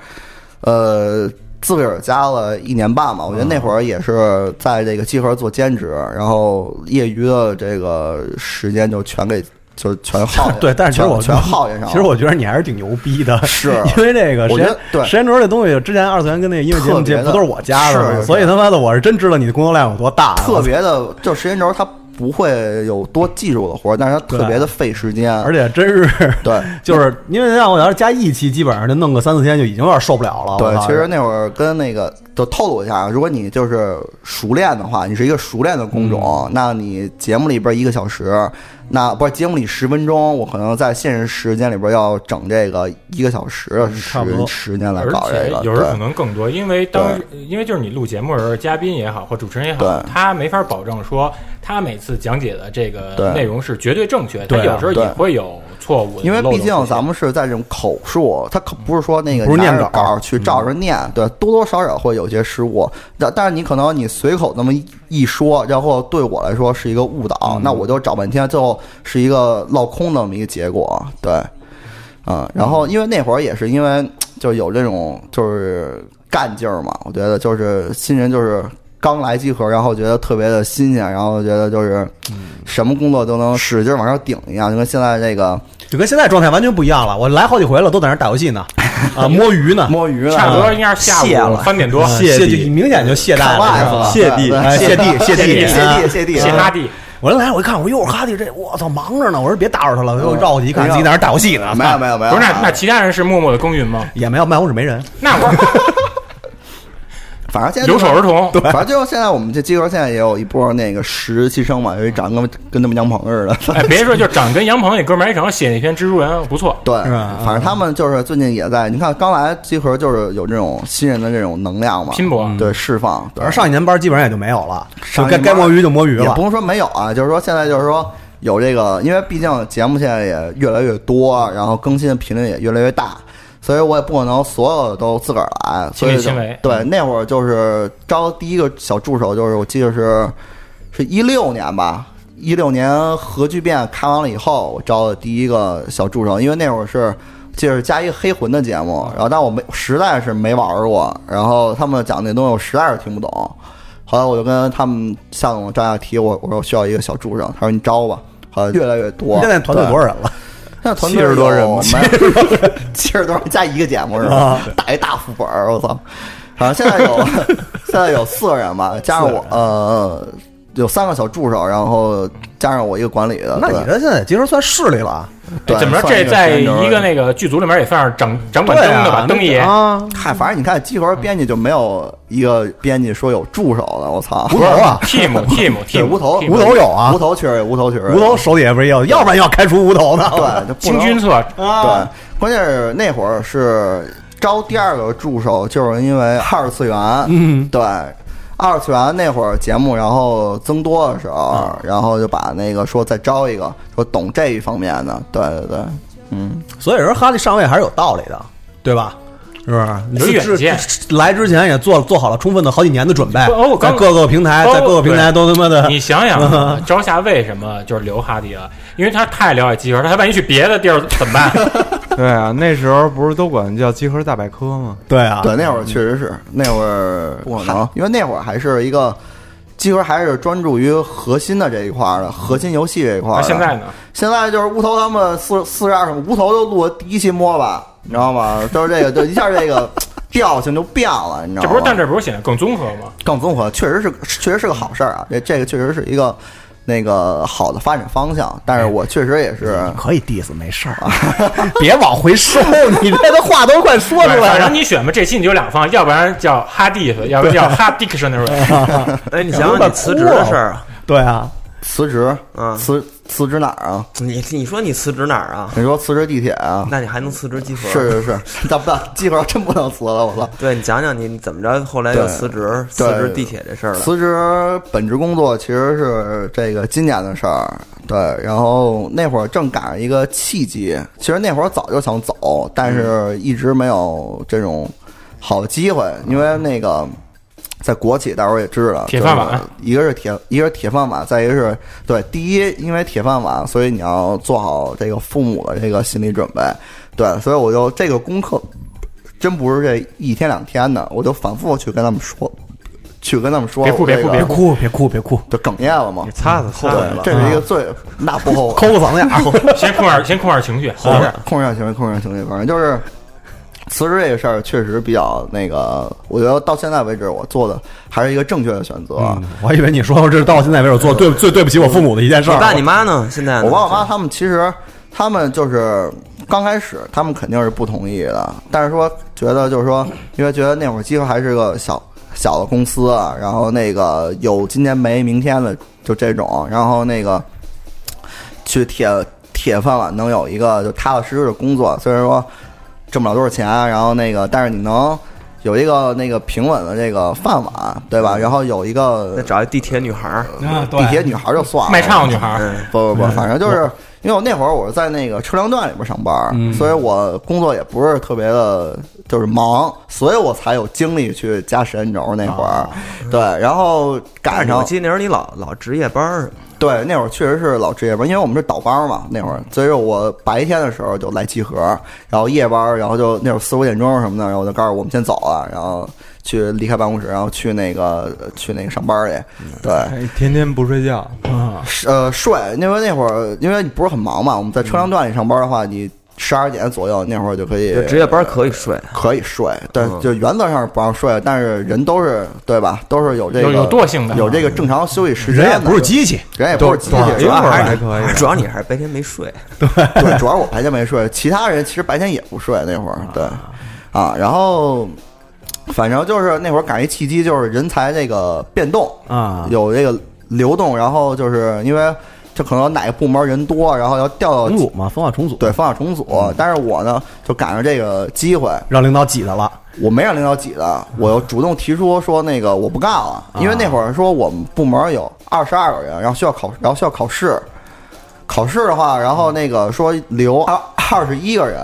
Speaker 6: 呃，自个儿加了一年半吧。我觉得那会儿也是在这个集合做兼职，然后业余的这个时间就全给就全 耗下
Speaker 3: 对，但是其实
Speaker 6: 全
Speaker 3: 我
Speaker 6: 全耗下上了。
Speaker 3: 其实我觉得你还是挺牛逼的，
Speaker 6: 是啊
Speaker 3: 因为这个时
Speaker 6: 我觉
Speaker 3: 间
Speaker 6: 得对
Speaker 3: 时间轴这东西，之前二次元跟那个音乐节目
Speaker 6: 特别
Speaker 3: 节
Speaker 6: 的
Speaker 3: 不都是我加的
Speaker 6: 是
Speaker 3: 吗，
Speaker 6: 是
Speaker 3: 所以他妈的我是真知道你的工作量有多大，啊
Speaker 6: 特别的，就时间轴它不会有多技术的活儿，但是它特别的费时间，
Speaker 3: 而且真是，
Speaker 6: 对
Speaker 3: 就是因为让我要是加一期，基本上就弄个三四天就已经有点受不了了。啊我
Speaker 6: 对，
Speaker 3: 操
Speaker 6: 其实那会儿跟那个就透露一下，啊，如果你就是熟练的话，你是一个熟练的工种，那你节目里边一个小时，那不是节目里十分钟，我可能在现实时间里边要整这个一个小时的时
Speaker 3: 差不多
Speaker 6: 时间来
Speaker 5: 而
Speaker 6: 搞
Speaker 5: 且
Speaker 6: 这个，
Speaker 5: 有时候可
Speaker 6: 对
Speaker 5: 能更多，因为当时因为就是你录节目的时候，嘉宾也好或主持人也好，
Speaker 6: 对
Speaker 5: 他没法保证说他每次讲解的这个
Speaker 6: 对
Speaker 5: 内容是绝对正确，他
Speaker 3: 对啊
Speaker 5: 有时候
Speaker 6: 对
Speaker 5: 也会有错误的
Speaker 6: 因为
Speaker 5: 漏
Speaker 6: 毕
Speaker 5: 洞
Speaker 6: 竟
Speaker 5: 出现
Speaker 6: 咱们是在这种口述，它可不是说那个
Speaker 3: 不是念
Speaker 6: 拿着
Speaker 3: 稿嗯
Speaker 6: 稿去照着念，对，多多少少会有些失误。但但是你可能你随口那么一一说，然后对我来说是一个误导，
Speaker 3: 嗯
Speaker 6: 那我就找半天，最后是一个落空的那么一个结果，对，嗯，然后因为那会儿也是因为就有这种就是干劲儿嘛，我觉得就是新人就是。刚来集合，然后觉得特别的新鲜，然后觉得就是
Speaker 3: 嗯
Speaker 6: 什么工作都能使劲往上顶一样，就跟现在这个
Speaker 3: 就跟现在状态完全不一样了。我来好几回了，都在那儿打游戏 呢，啊，摸鱼呢，
Speaker 6: 摸鱼呢，
Speaker 5: 差不多应该是
Speaker 4: 卸
Speaker 5: 下午
Speaker 4: 了
Speaker 5: 三点 多，
Speaker 3: 啊
Speaker 5: 谢
Speaker 3: 懈
Speaker 7: 懈
Speaker 3: 就明显就懈
Speaker 6: 看
Speaker 3: 怠
Speaker 6: 袜子
Speaker 3: 了，是吧
Speaker 6: 了，
Speaker 4: 谢
Speaker 6: 对
Speaker 4: 地
Speaker 6: 对
Speaker 3: 哎谢地谢地
Speaker 6: 谢地谢啊地
Speaker 5: 谢啊哈蒂，
Speaker 3: 我一来我一看，我说哟，哈弟这我操忙着呢，我说别打扰他了，我又绕过去一看，
Speaker 6: 哎呦
Speaker 3: 自己在那儿打游戏呢
Speaker 6: 啊，没有没有没有，
Speaker 5: 不是那那其他人是默默的耕耘吗？
Speaker 3: 也没有办公室没人，
Speaker 5: 那 我
Speaker 6: 反正现在
Speaker 5: 留守儿童，
Speaker 6: 对，反正就现在我们这集合现在也有一波那个实习生嘛，有一长得跟跟他们杨鹏似的，
Speaker 5: 哎，别说就长跟杨鹏那哥们儿一整写那篇蜘蛛人不错，
Speaker 6: 对
Speaker 3: 是吧，
Speaker 6: 反正他们就是最近也在，你看刚来集合就是有这种新人的这种能量嘛，
Speaker 5: 拼搏
Speaker 6: 对释放，对
Speaker 3: 反正上一年班基本上也就没有了，就
Speaker 6: 上一
Speaker 3: 该
Speaker 6: 年
Speaker 3: 该摸鱼就摸鱼
Speaker 6: 也
Speaker 3: 了
Speaker 6: 不。用说没有啊，就是说现在就是说有这个，因为毕竟节目现在也越来越多，然后更新的频率也越来越大，所以我也不可能所有的都自个儿来，所以就
Speaker 5: 亲力亲为
Speaker 6: 对那会儿就是招第一个小助手，就是我记得是是一六年吧。一六年核聚变开完了以后，我招的第一个小助手，因为那会儿是就是加一个黑魂的节目，然后但我没实在是没玩儿过，然后他们讲那东西我实在是听不懂，后来我就跟他们夏总、张亚提，我我说我需要一个小助手，他说你招吧。后来越来越多，
Speaker 3: 现在团队多少？人啊了？
Speaker 6: 现在团队
Speaker 4: 70多人吗
Speaker 6: 人， 七十多人加一个节目是吧？
Speaker 3: 啊
Speaker 6: 打一大副本儿，我操！好像现在有 现在有四个人吧，加上我呃有三个小助手，然后加上我一个管理的。
Speaker 3: 那你
Speaker 6: 对
Speaker 3: 这现在其实算势力了啊，
Speaker 6: 对
Speaker 5: 哎怎么着？
Speaker 6: 算
Speaker 5: 这
Speaker 6: 个
Speaker 5: 在
Speaker 6: 全职
Speaker 5: 一个那个剧组里面也算是掌掌管灯
Speaker 3: 对
Speaker 5: 的
Speaker 3: 啊
Speaker 5: 吧，灯爷。
Speaker 3: 啊，
Speaker 6: 嗨，反正你看集合编辑就没有一个编辑说有助手的，我操！
Speaker 3: 无头啊，
Speaker 5: team team
Speaker 6: 对
Speaker 5: team
Speaker 6: 无头
Speaker 5: team
Speaker 3: 无头有啊
Speaker 6: 无头确实有无头确实有
Speaker 3: 无头手里也不是也有，要不然要开除无头呢。
Speaker 6: 对，就不
Speaker 5: 清
Speaker 6: 能
Speaker 5: 君侧
Speaker 6: 对，关键是那会儿是招第二个助手，就是因为二次元，嗯，对，二次元那会儿节目，然后增多的时候，
Speaker 5: 嗯
Speaker 6: 然后就把那个说再招一个说懂这一方面的，对对对，嗯，
Speaker 3: 所以说哈利上位还是有道理的，对吧？是不
Speaker 5: 有
Speaker 3: 是？
Speaker 5: 远
Speaker 3: 是
Speaker 5: 见
Speaker 3: 是来之前也做做好了充分的好几年的准备
Speaker 5: 不哦我，
Speaker 3: 在
Speaker 5: 刚
Speaker 3: 各个平台，
Speaker 5: 哦
Speaker 3: 在各个平台都他妈的
Speaker 5: 你想想啊，朝夏为什么就是留哈迪了？因为他太了解集合，他万一去别的地儿怎么办？
Speaker 7: 对啊，那时候不是都管叫集合大百科吗？
Speaker 3: 对啊，
Speaker 6: 对，那会儿确实是那会儿
Speaker 4: 不可
Speaker 6: 还
Speaker 4: 能
Speaker 6: 因为那会儿还是一个。集合还是专注于核心的这一块儿的，核心游戏这一块儿
Speaker 5: 那啊
Speaker 6: 的。
Speaker 5: 现在呢？
Speaker 6: 现在就是无头他们四四十二什么，无头就录了第一期摸吧，你知 道吗？就是这个，就一下这个 调性就变了，你知道
Speaker 5: 这
Speaker 6: 吗？
Speaker 5: 不是，但这不是显得更综合吗？
Speaker 6: 更综合，确实是确实是个好事儿啊，这这个确实是一个那个好的发展方向。但是
Speaker 5: 哎
Speaker 6: 我确实也是，
Speaker 3: 可以 diss 没事儿，啊 别往回收，你这的话都快说出
Speaker 5: 对，
Speaker 3: 来
Speaker 5: 反
Speaker 3: 了
Speaker 5: 正。你选吧，这期你就两方，要不然叫哈迪斯，要不然叫哈 dictionary。
Speaker 4: 哎，你想想你辞职的事儿啊，
Speaker 3: 对啊，
Speaker 6: 辞职，
Speaker 4: 嗯
Speaker 6: 辞辞职哪儿啊？
Speaker 4: 你你说你辞职哪儿啊？
Speaker 6: 你说辞职地铁啊？
Speaker 4: 那你还能辞职集合？
Speaker 6: 是是是， 咱不咱集合真不能辞了，我操！
Speaker 4: 对你讲讲你怎么着，后来又辞职辞
Speaker 6: 对
Speaker 4: 职地铁这事儿了。
Speaker 6: 辞职本职工作其实是这个今年的事儿，对。然后那会儿正赶上一个契机，其实那会儿早就想走，但是一直没有这种好机会，因为那个在国企大伙儿也知道，
Speaker 5: 铁饭碗
Speaker 6: 就是一个是铁，一个是铁饭碗，再一个是对，第一因为铁饭碗，所以你要做好这个父母的这个心理准备，对。所以我就这个功课真不是这一天两天的，我就反复去跟他们说。去跟他们说，
Speaker 5: 别哭
Speaker 6: 我这
Speaker 5: 别哭
Speaker 6: 个
Speaker 5: 别
Speaker 3: 别哭，别哭，别哭，
Speaker 6: 就哽咽了嘛。嗯
Speaker 7: 擦擦擦，
Speaker 6: 对，这是一个最那不后悔，
Speaker 3: 抠个嗓子眼儿。
Speaker 5: 啊先控制，先控制情绪。
Speaker 6: 控制控制下情绪，控制下情绪，反正就是辞职这个事儿确实比较那个，我觉得到现在为止我做的还是一个正确的选择。
Speaker 3: 嗯我还以为你说这是到现在为止
Speaker 6: 嗯
Speaker 3: 做最最对不起我父母的一件事
Speaker 4: 你
Speaker 3: 儿。啊
Speaker 4: 爸你妈呢？现在呢
Speaker 6: 我爸我妈他们其实他们就是刚开始他们肯定是不同意的，但是说觉得就是说，因为觉得那会儿机会还是个小小的公司啊，然后那个有今天没明天的就这种，然后那个去铁铁饭碗能有一个就踏踏实实的工作，虽然说挣不了多少钱，然后那个但是你能。有一个那个平稳的这个饭碗，对吧？然后有
Speaker 4: 再
Speaker 6: 一个
Speaker 4: 找一地铁女孩儿，
Speaker 6: 地铁女孩就算了，
Speaker 5: 卖唱女孩儿，
Speaker 4: 嗯，
Speaker 6: 不不不，反正就是因为我那会儿我是在那个车辆段里边上班儿，所以我工作也不是特别的，就是忙，所以我才有精力去加时间轴那会儿。对，然后
Speaker 4: 但
Speaker 6: 赶
Speaker 4: 是我
Speaker 6: 上
Speaker 4: 记得那时候你老老值夜班儿，
Speaker 6: 对那会儿确实是老值夜班，因为我们是倒班嘛，那会儿，所以我白天的时候就来集合，然后夜班，然后就那会儿四五点钟什么的，然后我就告诉我们先走了，然后去离开办公室，然后去那个去那个上班去。对，
Speaker 3: 嗯
Speaker 7: 哎天天不睡觉，
Speaker 6: 是呃睡，因为那会儿因为你不是很忙嘛，我们在车辆段里上班的话，你十二点左右那会儿就可以
Speaker 4: 就值夜班可以睡。
Speaker 6: 可以睡，对，就原则上是不让睡，但是人都是对吧？都是有这
Speaker 5: 有
Speaker 6: 个
Speaker 5: 有惰性的
Speaker 6: 有这个正常休息时间
Speaker 3: 人
Speaker 6: 的，
Speaker 3: 也不是机器，
Speaker 6: 人也不是机器，
Speaker 7: 对
Speaker 6: 主要
Speaker 7: 一会儿
Speaker 6: 还
Speaker 7: 哎还
Speaker 6: 是
Speaker 7: 可以。啊
Speaker 4: 主要你还是白天没睡，
Speaker 6: 哎对，主要是我白天没睡，其他人其实白天也不睡那会儿，对，啊，然后反正就是那会儿赶上一契机，就是人才这个变动
Speaker 3: 啊
Speaker 6: 有这个流动，然后就是因为这可能哪个部门人多，然后要调到
Speaker 3: 重组嗯嘛，分化重组，
Speaker 6: 对，方法重组，但是我呢就赶上这个机会，
Speaker 3: 让领导挤他了。
Speaker 6: 我没让领导挤的，我又主动提出说那个我不干了，因为那会儿说我们部门有二十二个人，然后需要考，然后需要考试，考试的话，然后那个说留二二十一个人，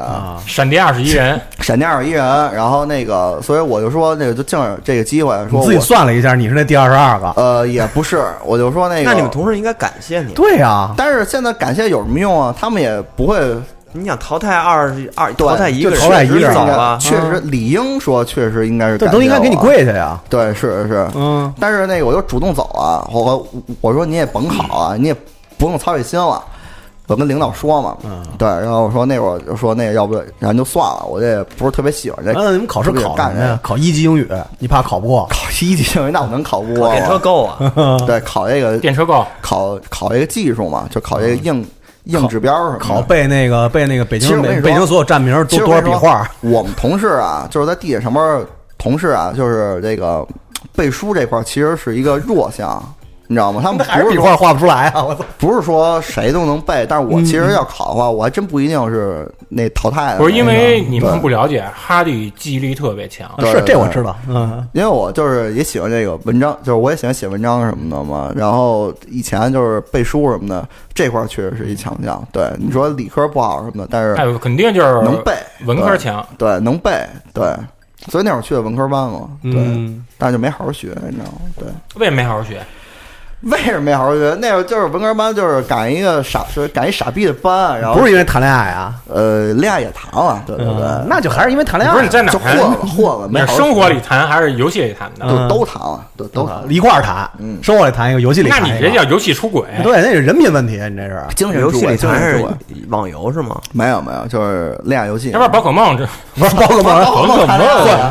Speaker 5: 闪电二十一人，
Speaker 6: 闪电二十一人，然后那个，所以我就说那个就借着这个机会
Speaker 3: 你
Speaker 6: 说
Speaker 3: 自己
Speaker 6: 我
Speaker 3: 算了一下，你是那第二十二个。
Speaker 6: 呃也不是，我就说那个，
Speaker 4: 那你们同事应该感谢你。
Speaker 3: 对呀，
Speaker 6: 但是现在感谢有什么用啊？他们也不会
Speaker 4: 你想淘汰二十二，
Speaker 6: 对
Speaker 4: 淘汰一个人，
Speaker 3: 就淘汰一个人
Speaker 4: 人啊走
Speaker 6: 应该
Speaker 4: 了，
Speaker 6: 确实理应说确实应该是
Speaker 3: 这
Speaker 6: 感
Speaker 3: 都应
Speaker 6: 谢
Speaker 3: 该给你
Speaker 6: 我
Speaker 3: 跪下呀。
Speaker 6: 对，是是，
Speaker 3: 嗯，
Speaker 6: 但是那个我就主动走啊，我我我说你也甭考啊，你也不用操这心了。我跟领导说嘛，
Speaker 3: 嗯
Speaker 6: 对，然后我说那会儿我就说那个要不然就算了，我这也不是特别喜欢这。
Speaker 3: 啊那你们考试
Speaker 6: 哎特别
Speaker 3: 考
Speaker 6: 干哎
Speaker 3: 什么呀
Speaker 6: 这？
Speaker 3: 考一级英语，你怕考不过？
Speaker 6: 考一级英语，那我能考不过吗？
Speaker 4: 电车够啊，
Speaker 3: 嗯
Speaker 6: 对，考这个
Speaker 5: 电车购，
Speaker 6: 考考这个技术嘛，就考这个硬硬指标什么的。
Speaker 3: 嗯考背那个背那个北
Speaker 6: 其实
Speaker 3: 京
Speaker 6: 我跟你
Speaker 3: 北
Speaker 6: 说
Speaker 3: 北京所有站名儿
Speaker 6: 其
Speaker 3: 多
Speaker 6: 实
Speaker 3: 多少笔
Speaker 6: 我跟你说
Speaker 3: 画儿？
Speaker 6: 我们同事啊，就是在地铁上班同事啊，就是这个嗯背书这块儿其实是一个弱项，你知道吗？他们
Speaker 3: 还
Speaker 6: 不
Speaker 3: 是笔
Speaker 6: 是说
Speaker 3: 画儿画不出来啊！我操！
Speaker 6: 不是说谁都能背，但是我其实要考的话，我还真不一定是那淘汰了。
Speaker 5: 不是因为你
Speaker 6: 哎对
Speaker 5: 们不了解，哈利记忆力特别强。
Speaker 6: 对
Speaker 3: 是这我知道，嗯，
Speaker 6: 因为我就是也喜欢这个文章，就是我也喜欢写文章什么的嘛。然后以前就是背书什么的，这块儿确实是一强项。对你说理科不好什么的，但
Speaker 5: 哎
Speaker 6: 是，
Speaker 5: 肯定就是
Speaker 6: 能背
Speaker 5: 文科强。
Speaker 6: 对能背，对。所以那会儿去的文科班嘛，对，但是就没好好学，你知道吗？对，
Speaker 5: 为什么没好好学？
Speaker 6: 为什么没好好学？那会儿就是文科班，就是赶一个傻，就是赶一傻逼的班，然后嗯
Speaker 3: 不是因为啊谈恋爱啊，
Speaker 6: 呃恋爱也谈了，对对对，
Speaker 3: 那就还是因为谈恋爱，
Speaker 5: 不是你在哪
Speaker 6: 就
Speaker 5: 儿
Speaker 6: 混
Speaker 5: 谈？
Speaker 6: 了混了，
Speaker 5: 你
Speaker 6: 没
Speaker 5: 是
Speaker 6: 好好
Speaker 5: 生活
Speaker 6: 学
Speaker 5: 里谈还是游戏里谈的？
Speaker 6: 就都谈了，对都谈了，
Speaker 3: 一块儿谈，
Speaker 6: 嗯
Speaker 3: 生活里谈一个，游戏里
Speaker 5: 那
Speaker 3: 谈一
Speaker 5: 你
Speaker 3: 个，
Speaker 5: 这叫游戏出轨。
Speaker 3: 对，那是人品问题，啊你这 是
Speaker 6: 精神
Speaker 4: 游戏
Speaker 6: 出轨
Speaker 4: 里
Speaker 6: 精
Speaker 4: 全
Speaker 6: 神
Speaker 4: 是
Speaker 6: 出轨。
Speaker 4: 网游是吗？
Speaker 6: 没有没有，就是恋爱游戏，
Speaker 5: 要不然宝可梦这
Speaker 3: 不是宝可梦
Speaker 5: 宝可梦
Speaker 3: 换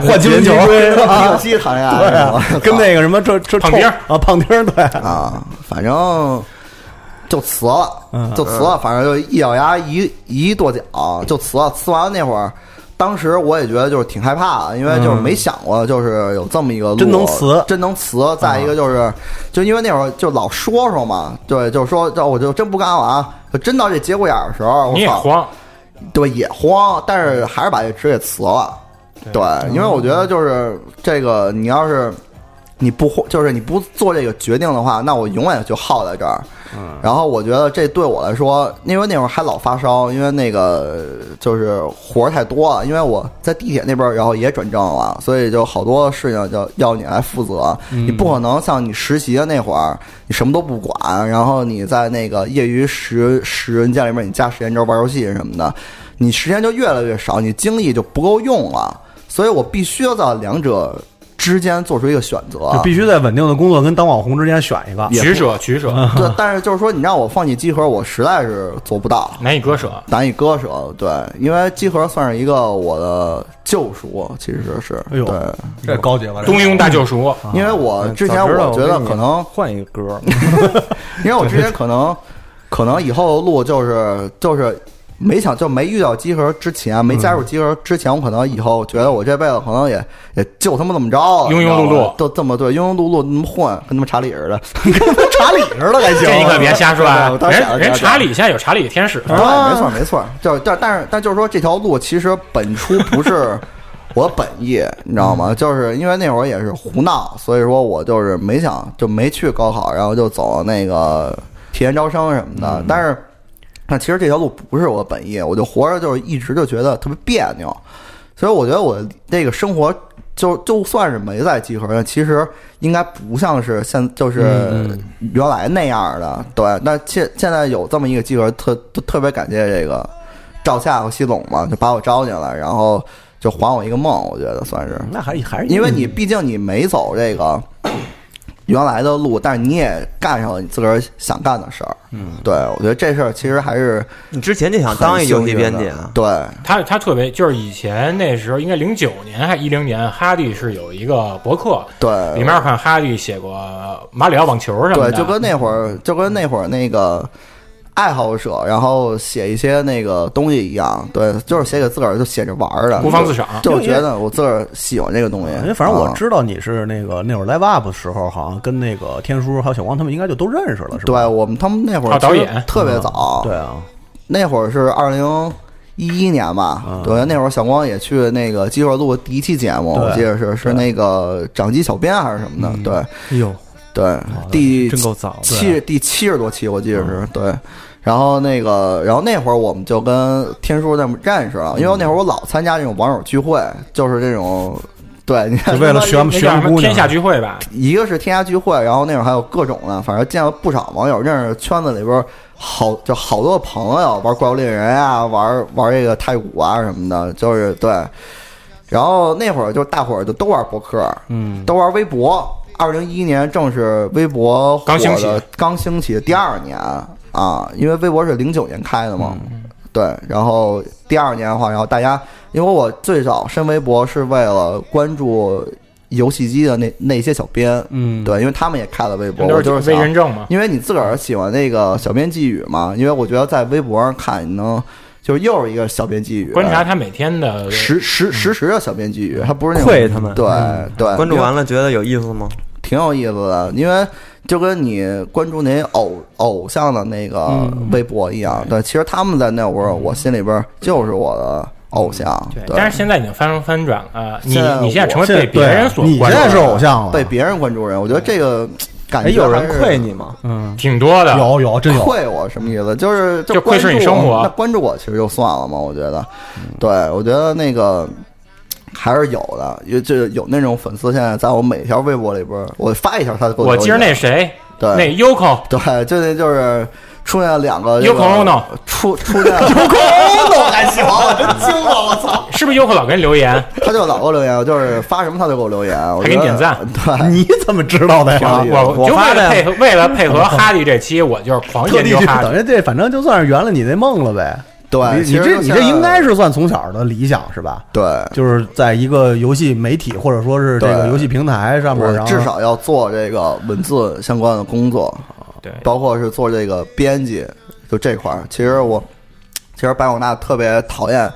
Speaker 3: 换 金针
Speaker 6: 金
Speaker 3: 球，
Speaker 6: 游戏谈恋
Speaker 3: 对
Speaker 6: 爱
Speaker 3: 啊
Speaker 6: 是吧，
Speaker 3: 跟那个什么这这
Speaker 5: 胖丁儿
Speaker 3: 啊胖丁儿对，
Speaker 6: 啊，反正就辞了，就辞了，反正就一咬牙一一跺脚就辞了。辞完那会儿，当时我也觉得就是挺害怕的，因为就是没想过就是有这么一个路
Speaker 3: 真能辞
Speaker 6: 真能辞。再一个就是，就因为那会儿就老说说嘛，对，就是说，这我就真不干了啊。就真到这节骨眼儿的时候，我
Speaker 5: 你也
Speaker 6: 哦操，
Speaker 5: 慌，
Speaker 6: 对，也慌，但是还是把这职给辞了。对，因为我觉得就是这个，你要是你不慌就是你不做这个决定的话，那我永远就耗在这儿。
Speaker 3: 嗯
Speaker 6: 然后我觉得这对我来说，因为那会儿还老发烧，因为那个就是活儿太多了，因为我在地铁那边儿，然后也转正了，所以就好多事情就要你来负责。
Speaker 3: 嗯
Speaker 6: 你不可能像你实习的那会儿，你什么都不管，然后你在那个业余时时间里面，你加时间轴玩游戏什么的，你时间就越来越少，你精力就不够用了。所以我必须要在两者之间做出一个选择，
Speaker 3: 就必须在稳定的工作跟当网红之间选一个，
Speaker 5: 取舍取舍，
Speaker 6: 对，但是就是说，你让我放弃集合，我实在是做不到，
Speaker 5: 难以割舍。
Speaker 6: 难以割舍。对，因为集合算是一个我的救赎，其实是
Speaker 3: 哎呦
Speaker 6: 对，
Speaker 5: 啊
Speaker 3: 这高级了，这
Speaker 5: 东庸大救赎，
Speaker 6: 因为
Speaker 4: 呃
Speaker 6: 我
Speaker 9: 嗯
Speaker 6: 之前
Speaker 7: 早知道
Speaker 6: 我觉得
Speaker 7: 给你
Speaker 6: 可能，
Speaker 7: 换一个歌，
Speaker 6: 因为我之前可能，可能以后的路就是就是。没想就没遇到集合之前，没加入集合之前，我可能以后觉得我这辈子可能也也就他妈这么着了，
Speaker 5: 庸庸碌碌
Speaker 6: 你知道吗都这么对，庸庸碌碌那么混，跟他妈查理 似的，跟他妈查理似的还行。
Speaker 5: 这你可别瞎说 啊
Speaker 6: 我！当时想着
Speaker 5: 人人
Speaker 6: 这样嗯
Speaker 5: 查理现在有查理的天使，
Speaker 6: 对，哎没错没错，就是但但是但就是说这条路其实本初不是我本意，你知道吗？就是因为那会儿也是胡闹，所以说我就是没想就没去高考，然后就走那个体验招生什么的，但是。但其实这条路不是我本意，我就活着就是一直就觉得特别别扭，所以我觉得我这个生活就就算是没在集合呢，其实应该不像是现
Speaker 4: 嗯
Speaker 6: 就是原来那样的。对，那现现在有这么一个集合，特特特别感谢这个赵夏和西总嘛，就把我招进来，然后就还我一个梦，我觉得算是。
Speaker 3: 那还还是
Speaker 6: 因为你毕竟你没走这个原来的路，但是你也干上了你自个儿想干的事儿。嗯，对，我觉得这事儿其实还是
Speaker 4: 你之前就想
Speaker 6: 很
Speaker 4: 当一游戏
Speaker 6: 幸运
Speaker 4: 编
Speaker 6: 的
Speaker 4: 辑啊？
Speaker 6: 对，
Speaker 5: 他他特别就是以前那时候应该零九年还一零年，哈利是有一个博客，
Speaker 6: 对
Speaker 5: 里面看哈利写过马里奥网球什么的，
Speaker 6: 对，就跟那会儿，就跟那会儿那个爱好者，然后写一些那个东西一样，对，就是写给自个儿，就写着玩儿的，
Speaker 5: 孤芳自赏。
Speaker 6: 就觉得我自个儿喜欢这个东西。
Speaker 3: 因为反正我
Speaker 6: 啊
Speaker 3: 知道你是那个那会儿 live up 的时候，好像跟那个天叔还有小光他们应该就都认识了，是吧？
Speaker 6: 对我们他们那会
Speaker 5: 啊
Speaker 6: 儿
Speaker 5: 导
Speaker 6: 其实
Speaker 5: 演
Speaker 6: 特别早，
Speaker 3: 对，啊，
Speaker 6: 那会儿是二零一一年
Speaker 3: 嗯
Speaker 6: 吧，对，那会儿小光也去那个集合录第一期节目，
Speaker 3: 对嗯
Speaker 6: 我记得是是那个掌机小编还是什么的，对
Speaker 7: 哎呦，
Speaker 6: 对，第
Speaker 7: 真够早，
Speaker 3: 啊
Speaker 6: 七第七十多期我记得
Speaker 3: 嗯
Speaker 6: 是对。然后那个，然后那会儿我们就跟天叔那么认识了，因为那会儿我老参加这种网友聚会，就是这种，对，你看
Speaker 3: 就为了
Speaker 6: 他妈
Speaker 3: 学
Speaker 5: 那
Speaker 3: 学
Speaker 5: 叫什
Speaker 3: 姑
Speaker 5: 么
Speaker 3: 娘，
Speaker 5: 天下聚会吧？
Speaker 6: 一个是天涯聚会，然后那会儿还有各种的，反正见了不少网友，认识圈子里边好就好多朋友玩怪物猎人啊，玩玩这个太古啊什么的，就是对。然后那会儿就大伙儿就都玩博客，嗯，都玩微博。二零一一年正是微博火
Speaker 5: 刚兴起
Speaker 6: 的刚兴起的第二年啊，因为微博是零九年开的嘛，
Speaker 5: 嗯
Speaker 6: 对。然后第二年的话，然后大家因为我最早申微博是为了关注游戏机的那那些小编，嗯，对，因为他们也开了微博，
Speaker 5: 都
Speaker 6: 我就是
Speaker 5: 为人
Speaker 6: 想，
Speaker 5: 证嘛。
Speaker 6: 因为你自个儿喜欢那个小编寄语嘛，因为我觉得在微博上看，你能就是又是一个小编寄语，
Speaker 5: 观察嗯他每天的
Speaker 6: 实实实时的小编寄语，它不是那种
Speaker 7: 愧他们
Speaker 5: 嗯
Speaker 6: 对对，
Speaker 4: 关注
Speaker 6: 因为
Speaker 4: 完了觉得有意思吗？
Speaker 6: 挺有意思的，因为就跟你关注那些偶偶像的那
Speaker 5: 嗯
Speaker 6: 个微博一样，对，其实他们在那会儿，我心里边就是我的偶像，对，
Speaker 5: 嗯但是现在已经发生翻转了，你
Speaker 6: 现在
Speaker 5: 你现在成为
Speaker 3: 现在
Speaker 5: 被别人所
Speaker 3: 对
Speaker 5: 关注
Speaker 3: 你现在是
Speaker 5: 的，
Speaker 3: 偶像了，
Speaker 6: 被别人关注人，我觉得这个感
Speaker 4: 哎，
Speaker 6: 觉
Speaker 4: 有人
Speaker 6: 还是
Speaker 4: 愧你吗？
Speaker 3: 嗯，
Speaker 5: 挺多的。
Speaker 3: 有有真有，
Speaker 6: 愧我什么意思？就是
Speaker 5: 就窥
Speaker 6: 关注
Speaker 5: 视
Speaker 6: 我，
Speaker 5: 你生活嗯
Speaker 6: 那关注我其实就算了嘛。我觉得，对我觉得那个还是有的，有就有那种粉丝现在在我每条微博里边儿，我发一条他就给
Speaker 5: 我
Speaker 6: 留
Speaker 5: 记着
Speaker 6: 言
Speaker 5: 那谁，
Speaker 6: 对
Speaker 5: 那 Yoko
Speaker 6: 对，就那就是出现了两个这个
Speaker 5: Yoko Ono
Speaker 6: 出出 现 Yoko Ono 还行，我真惊了，我操！
Speaker 5: 是不是 Yoko 老给你留言？
Speaker 6: 他就老给我留言，就是发什么他就给我留言，我
Speaker 5: 还给你
Speaker 6: 觉
Speaker 5: 点
Speaker 6: 得
Speaker 5: 赞
Speaker 6: 对。啊
Speaker 3: 你怎么知道的呀？
Speaker 5: 我
Speaker 4: 我
Speaker 5: 就为
Speaker 4: 发
Speaker 5: 了
Speaker 4: 的
Speaker 5: 配合为了配合哈利这期，我就是狂
Speaker 3: 特
Speaker 5: 研
Speaker 3: 地
Speaker 5: 究
Speaker 3: 去，
Speaker 5: 哈利。
Speaker 3: 等于这反正就算是圆了你那梦了呗。
Speaker 6: 对
Speaker 3: 你
Speaker 6: 其
Speaker 3: 你
Speaker 6: 实
Speaker 3: 这
Speaker 6: 就
Speaker 3: 你这
Speaker 6: 像
Speaker 3: 应该是算从小的理想是吧？
Speaker 6: 对，
Speaker 3: 就是在一个游戏媒体或者说是这个游戏平台上面，
Speaker 6: 我
Speaker 3: 然后
Speaker 6: 至少要做这个文字相关的工作，
Speaker 5: 对，
Speaker 6: 包括是做这个编辑，就这块儿。其实我，其实白永娜特别讨厌，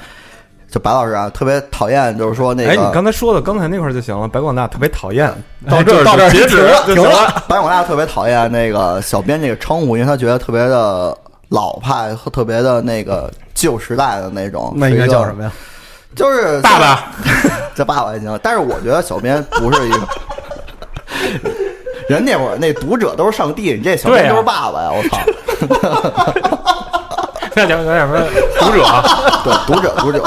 Speaker 6: 就白老师啊，特别讨厌，就是说那
Speaker 4: 哎，你
Speaker 6: 个
Speaker 4: 刚才说的刚才那块儿就行了。白广大特别讨厌，
Speaker 3: 哎就 到这儿
Speaker 7: 截止了
Speaker 4: 就
Speaker 3: 停
Speaker 4: 行
Speaker 3: 了。
Speaker 4: 了。
Speaker 6: 白永娜特别讨厌那个小编这个称呼，因为他觉得特别的老派和特别的那个旧时代的那种。
Speaker 3: 那应该叫什么
Speaker 6: 呀？
Speaker 3: 呀？
Speaker 6: 就是
Speaker 5: 爸， 爸，
Speaker 6: 这爸爸也行。但是我觉得小编不是一个。人那会儿那读者都是上帝，你这小
Speaker 5: 对啊
Speaker 6: 编都是爸爸呀！我 操，
Speaker 5: 那叫叫什么读者？啊
Speaker 6: 对，读者读者，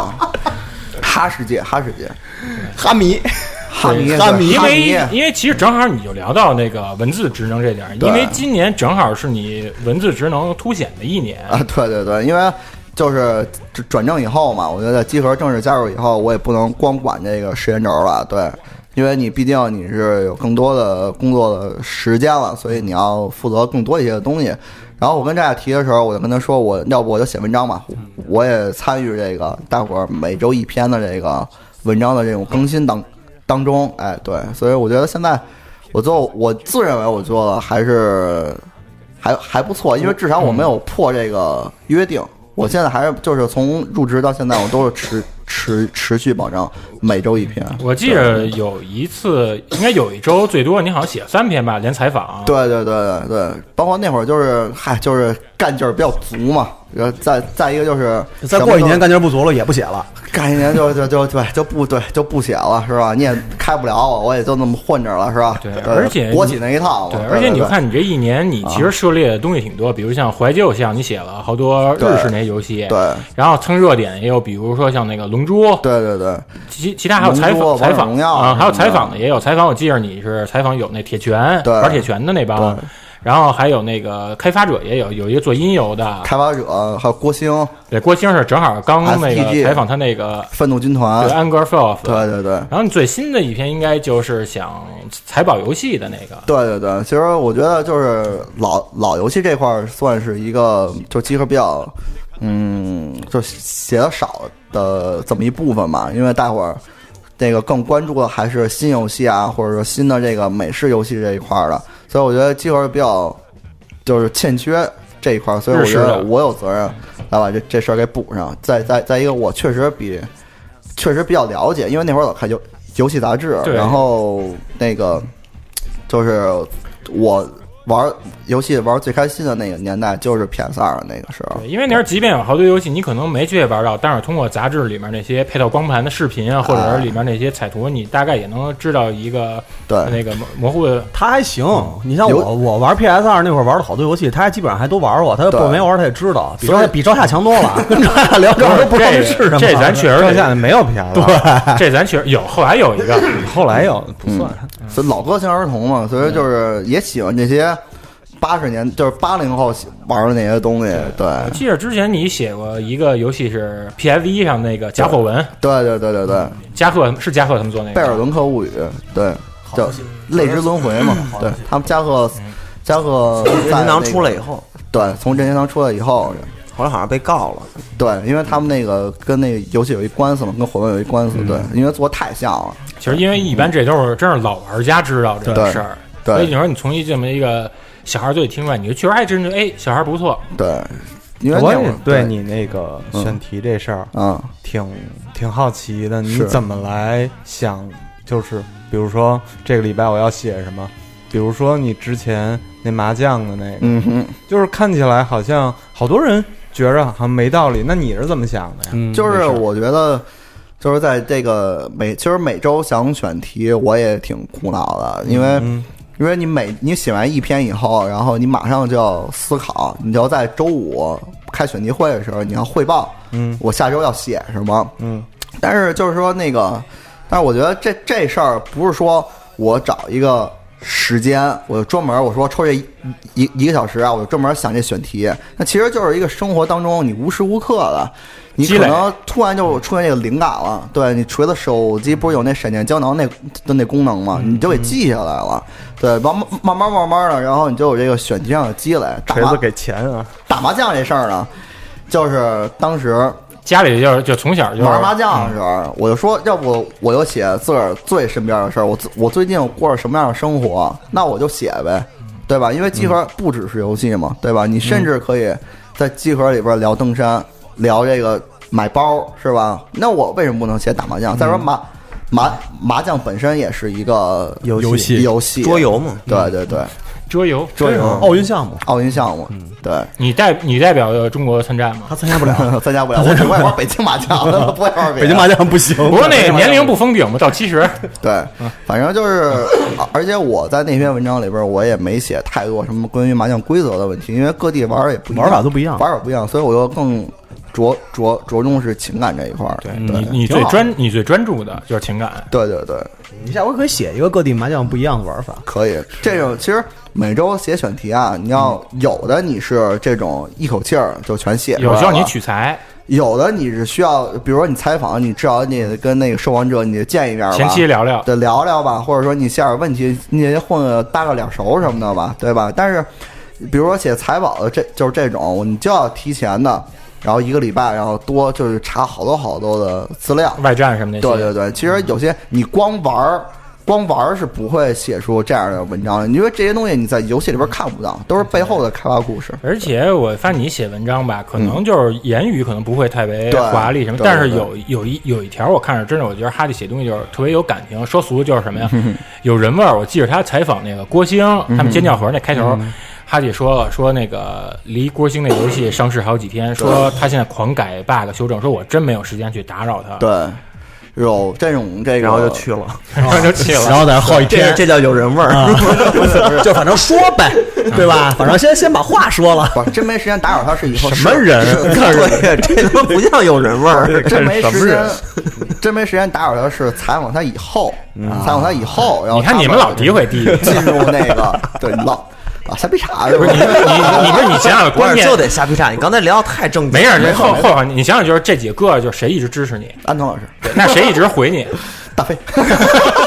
Speaker 6: 哈世界哈世界，
Speaker 4: 哈迷，
Speaker 6: 哈迷
Speaker 4: 哈迷
Speaker 6: 对
Speaker 5: 因
Speaker 6: 哈
Speaker 5: 为
Speaker 6: 迷啊
Speaker 5: 因为其实正好你就聊到那个文字职能这点儿，
Speaker 6: 对
Speaker 5: 因为今年正好是你文字职能凸显的一年。
Speaker 6: 啊，对对对，因为就是转转正以后嘛，我觉得集合正式加入以后，我也不能光管这个时间轴了，对，因为你毕竟你是有更多的工作的时间了，所以你要负责更多一些东西。然后我跟大家提的时候，我就跟他说，我要不我就写文章吧，我也参与这个大伙儿每周一篇的这个文章的这种更新当当中，哎，对，所以我觉得现在我做我自认为我做的还是还还不错，因为至少我没有破这个约定。我现在还是就是从入职到现在，我都是持持持续保证每周一篇。
Speaker 5: 我记着有一次，应该有一周最多，你好像写三篇吧，连采访。
Speaker 6: 对对对对对，包括那会儿就是嗨，就是干劲儿比较足嘛。然后再再一个就是
Speaker 3: 再
Speaker 6: 什么
Speaker 3: 过一
Speaker 6: 都
Speaker 3: 年干劲儿不足了，也不写了。
Speaker 6: 干一年就就就对就不对就不写了是吧？你也开不了我，我也就那么混着了是吧？
Speaker 5: 对
Speaker 6: 呃
Speaker 5: 而且
Speaker 6: 国企那一套嘛，
Speaker 5: 对，而且你
Speaker 6: 对啊
Speaker 5: 就看你这一年，你其实涉猎的东西挺多，比如像怀旧，像你写了好多日式那些游戏，
Speaker 6: 对
Speaker 5: 然后蹭热点也有，比如说像那个《龙珠》，
Speaker 6: 对对对，
Speaker 5: 其其他还有采
Speaker 6: 龙珠
Speaker 5: 访
Speaker 6: 王者
Speaker 5: 采访
Speaker 6: 荣耀
Speaker 5: 啊，
Speaker 6: 什么的
Speaker 5: 还有采访的也有采访。我记着你是采访有那铁拳
Speaker 6: 对
Speaker 5: 玩铁拳的那帮，然后还有那个开发者也有，有一个做音游的，
Speaker 6: 开发者还有郭兴、
Speaker 5: 对郭兴是正好刚那个
Speaker 6: STG
Speaker 5: 采访他那个
Speaker 6: 愤怒军
Speaker 5: 对
Speaker 6: 团，
Speaker 5: Anger Self，
Speaker 6: 啊对对对。
Speaker 5: 然后你最新的一篇应该就是想采宝游戏的那个，
Speaker 6: 对对对，其实我觉得就是老老游戏这块儿算是一个就集合比较，嗯，就写的少的这么一部分嘛，因为大伙儿那个更关注的还是新游戏啊，或者说新的这个美式游戏这一块儿的，所以我觉得集合比较就是欠缺这一块儿，所以我觉
Speaker 5: 日式
Speaker 6: 得
Speaker 5: 的
Speaker 6: 我有责任来把这这事儿给补上。再再再一个，我确实比确实比较了解，因为那会儿老看游游戏杂志，
Speaker 5: 对
Speaker 6: 然后那个就是我玩游戏玩最开心的那个年代就是 PS 二那个时候
Speaker 5: 对，因为那时候即便有好多游戏，你可能没去玩到，但是通过杂志里面那些配套光盘的视频啊，或者是里面那些彩图，你大概也能知道一个
Speaker 6: 哎
Speaker 5: 呃那
Speaker 6: 对
Speaker 5: 个模模糊的。
Speaker 3: 他还行，你像我，
Speaker 6: 嗯有
Speaker 3: 我玩 PS 二那会儿玩了好多游戏，他还基本上还都玩过。他不
Speaker 6: 对
Speaker 3: 没玩他也知道，比
Speaker 6: 所以
Speaker 3: 照夏比照夏强多 了。跟照夏聊这玩意儿都不知道
Speaker 5: 这
Speaker 3: 是什么。
Speaker 5: 这咱确实
Speaker 4: 剩
Speaker 5: 得
Speaker 4: 下的没有皮了。对，
Speaker 5: 这咱确实有，后来有一 个，
Speaker 4: 后来有不算。
Speaker 6: 嗯
Speaker 4: 嗯
Speaker 6: 所以老歌型儿童嘛，所以就是也喜欢这些八十年，就是八零后喜玩的那些东西。对，
Speaker 5: 我记得之前你写过一个游戏是 PS 一上那个加贺文，
Speaker 6: 对对对对对，
Speaker 4: 嗯
Speaker 5: 加贺是加贺他们做那个
Speaker 6: 贝尔伦克物语，对，叫类之轮回嘛，对他们加贺加贺
Speaker 4: 嗯任天堂出
Speaker 6: 来，
Speaker 4: 来以后，
Speaker 6: 对，从任天堂出来以后，
Speaker 4: 后来好像被告了。
Speaker 6: 对，因为他们那个跟那个游戏有一官司嘛，跟火纹有一官司，
Speaker 4: 嗯
Speaker 6: 对，因为做得太像了，
Speaker 5: 其实因为一般这都是真是老玩家知道这个
Speaker 6: 对
Speaker 5: 事儿，
Speaker 6: 对
Speaker 5: 所以你说你从一这么一个小孩嘴里听出来，你就确实还真是哎，小孩不错，
Speaker 6: 对，因为
Speaker 4: 我
Speaker 6: 那会
Speaker 4: 也
Speaker 6: 儿
Speaker 4: 对，你那个选题这事儿，
Speaker 6: 嗯，
Speaker 4: 挺挺好奇的，你
Speaker 6: 是
Speaker 4: 怎么来想？就是比如说这个礼拜我要写什么，
Speaker 9: 比如说你之前那麻将的那个，
Speaker 6: 嗯哼，
Speaker 9: 就是看起来好像好多人觉着好像没道理，那你是怎么想的呀？
Speaker 6: 就是我觉得，就是在这个每其实每周想选题，我也挺苦恼的，因为因为你每你写完一篇以后，然后你马上就要思考，你就要在周五开选题会的时候，你要汇报，嗯，我下周要写什么，
Speaker 9: 嗯，
Speaker 6: 但是就是说那个，但是我觉得这这事儿不是说我找一个时间，我就专门我说抽这一一一个小时啊，我就专门想这选题。那其实就是一个生活当中你无时无刻的，你
Speaker 5: 积
Speaker 6: 可
Speaker 5: 累
Speaker 6: 能突然就出现这个灵感了。对你除了手机不是有那闪电胶囊那的那功能吗？
Speaker 9: 嗯
Speaker 6: 你就给记下来了。对，慢慢慢慢慢慢的，然后你就有这个选题上的积累。打
Speaker 9: 锤
Speaker 6: 麻
Speaker 9: 子给钱啊，
Speaker 6: 打麻将这事儿呢，就是当时
Speaker 5: 家里就是就从小就是
Speaker 6: 玩麻将的时
Speaker 3: 嗯
Speaker 6: 候，我就说，要不我就写自个儿最身边的事儿，我自我最近过着什么样的生活，那我就写呗，对吧？因为集
Speaker 3: 嗯
Speaker 6: 合不只是游戏嘛，对吧？你甚至可以在集合里边聊登山，聊这个买包，是吧？那我为什么不能写打麻将？再说
Speaker 3: 嗯
Speaker 6: 麻麻麻将本身也是一个游
Speaker 3: 戏嗯
Speaker 6: 游戏
Speaker 4: 桌游嘛，
Speaker 6: 对对对，
Speaker 5: 桌游，
Speaker 3: 这
Speaker 6: 桌
Speaker 3: 是
Speaker 6: 游
Speaker 3: 奥运项目，
Speaker 6: 奥运项目，对。
Speaker 5: 你代你代表中国参战吗？
Speaker 3: 嗯他参加不了。
Speaker 6: 参加不了，我只会玩北京麻将， 不会玩别的
Speaker 3: 北京麻将不行，
Speaker 6: 嗯
Speaker 5: 不是那年龄不封顶吗？ 到七十，
Speaker 6: 对，反正就是，啊而且我在那篇文章里边，我也没写太多什么关于麻将规则的问题，因为各地玩儿也不一样
Speaker 3: 玩法都不一样
Speaker 6: 玩法不一样，所以我就更着着着重是情感这一块儿。对
Speaker 5: 你你
Speaker 3: 挺
Speaker 5: 最
Speaker 3: 好
Speaker 5: 专你最专注的就是情感，
Speaker 6: 对对对，
Speaker 3: 你下回可以写一个各地麻将不一样的玩法。
Speaker 6: 可以。这种其实每周写选题啊，你要有的你是这种一口气儿就全写出
Speaker 5: 嗯
Speaker 6: 来
Speaker 5: 有
Speaker 6: 了，
Speaker 5: 需要你取材，
Speaker 6: 有的你是需要，比如说你采访，你至少你得跟那个受访者你得见一面吧，
Speaker 5: 前期聊聊
Speaker 6: 对聊聊吧，或者说你下点问题，你也混个搭个脸熟什么的吧，对吧？但是，比如说写财宝的这就是这种，你就要提前的，然后一个礼拜，然后多就是查好多好多的资料。
Speaker 5: 外战什么的。
Speaker 6: 对对对，其实有些你光玩儿。光玩儿是不会写出这样的文章的，因为这些东西你在游戏里边看不到，都是背后的开发故事。
Speaker 5: 而且我发现你写文章吧，可能就是言语可能不会太为
Speaker 6: 对
Speaker 5: 华丽什么，
Speaker 6: 对
Speaker 5: 但是
Speaker 6: 对
Speaker 5: 有有一有一条我看着真的，我觉得哈利写东西就是特别有感情。说俗就是什么呀， 有人味儿。我记着他采访那个郭兴，他们尖叫盒那开头，哈利说了说那个离郭兴那游戏上市还有几天，说他现在狂改 bug 修正，说我真没有时间去打扰他，
Speaker 6: 对，有这种这个，
Speaker 4: 然后就去了。
Speaker 5: 然后就气了。
Speaker 3: 然后在那耗一
Speaker 4: 这
Speaker 3: 天，
Speaker 4: 这叫有人味儿。
Speaker 9: 啊
Speaker 3: 就反正说呗，对吧？反正先先把话说了。
Speaker 6: 不是真没时间打扰他是以后
Speaker 3: 什么人
Speaker 6: 是
Speaker 4: 对，这他妈不叫有人味 儿。
Speaker 6: 真没
Speaker 7: 什
Speaker 6: 时
Speaker 7: 么
Speaker 6: 间
Speaker 7: 人，
Speaker 6: 真没时间打扰他是采访他以后，采访他以后，然
Speaker 5: 嗯
Speaker 6: 后
Speaker 5: 啊你看你们老诋毁弟弟，
Speaker 6: 进入那 个对老啊瞎逼岔是
Speaker 5: 不
Speaker 6: 吧
Speaker 5: 是你？你你不是你想想
Speaker 4: 不
Speaker 5: 关
Speaker 4: 是
Speaker 5: 键
Speaker 4: 就得瞎劈叉，你刚才聊的太正经。
Speaker 5: 没事儿，这后后你想想就是这几个就是谁一直支持你，
Speaker 6: 安藤老师，
Speaker 5: 那谁一直回 你。
Speaker 6: 大飞，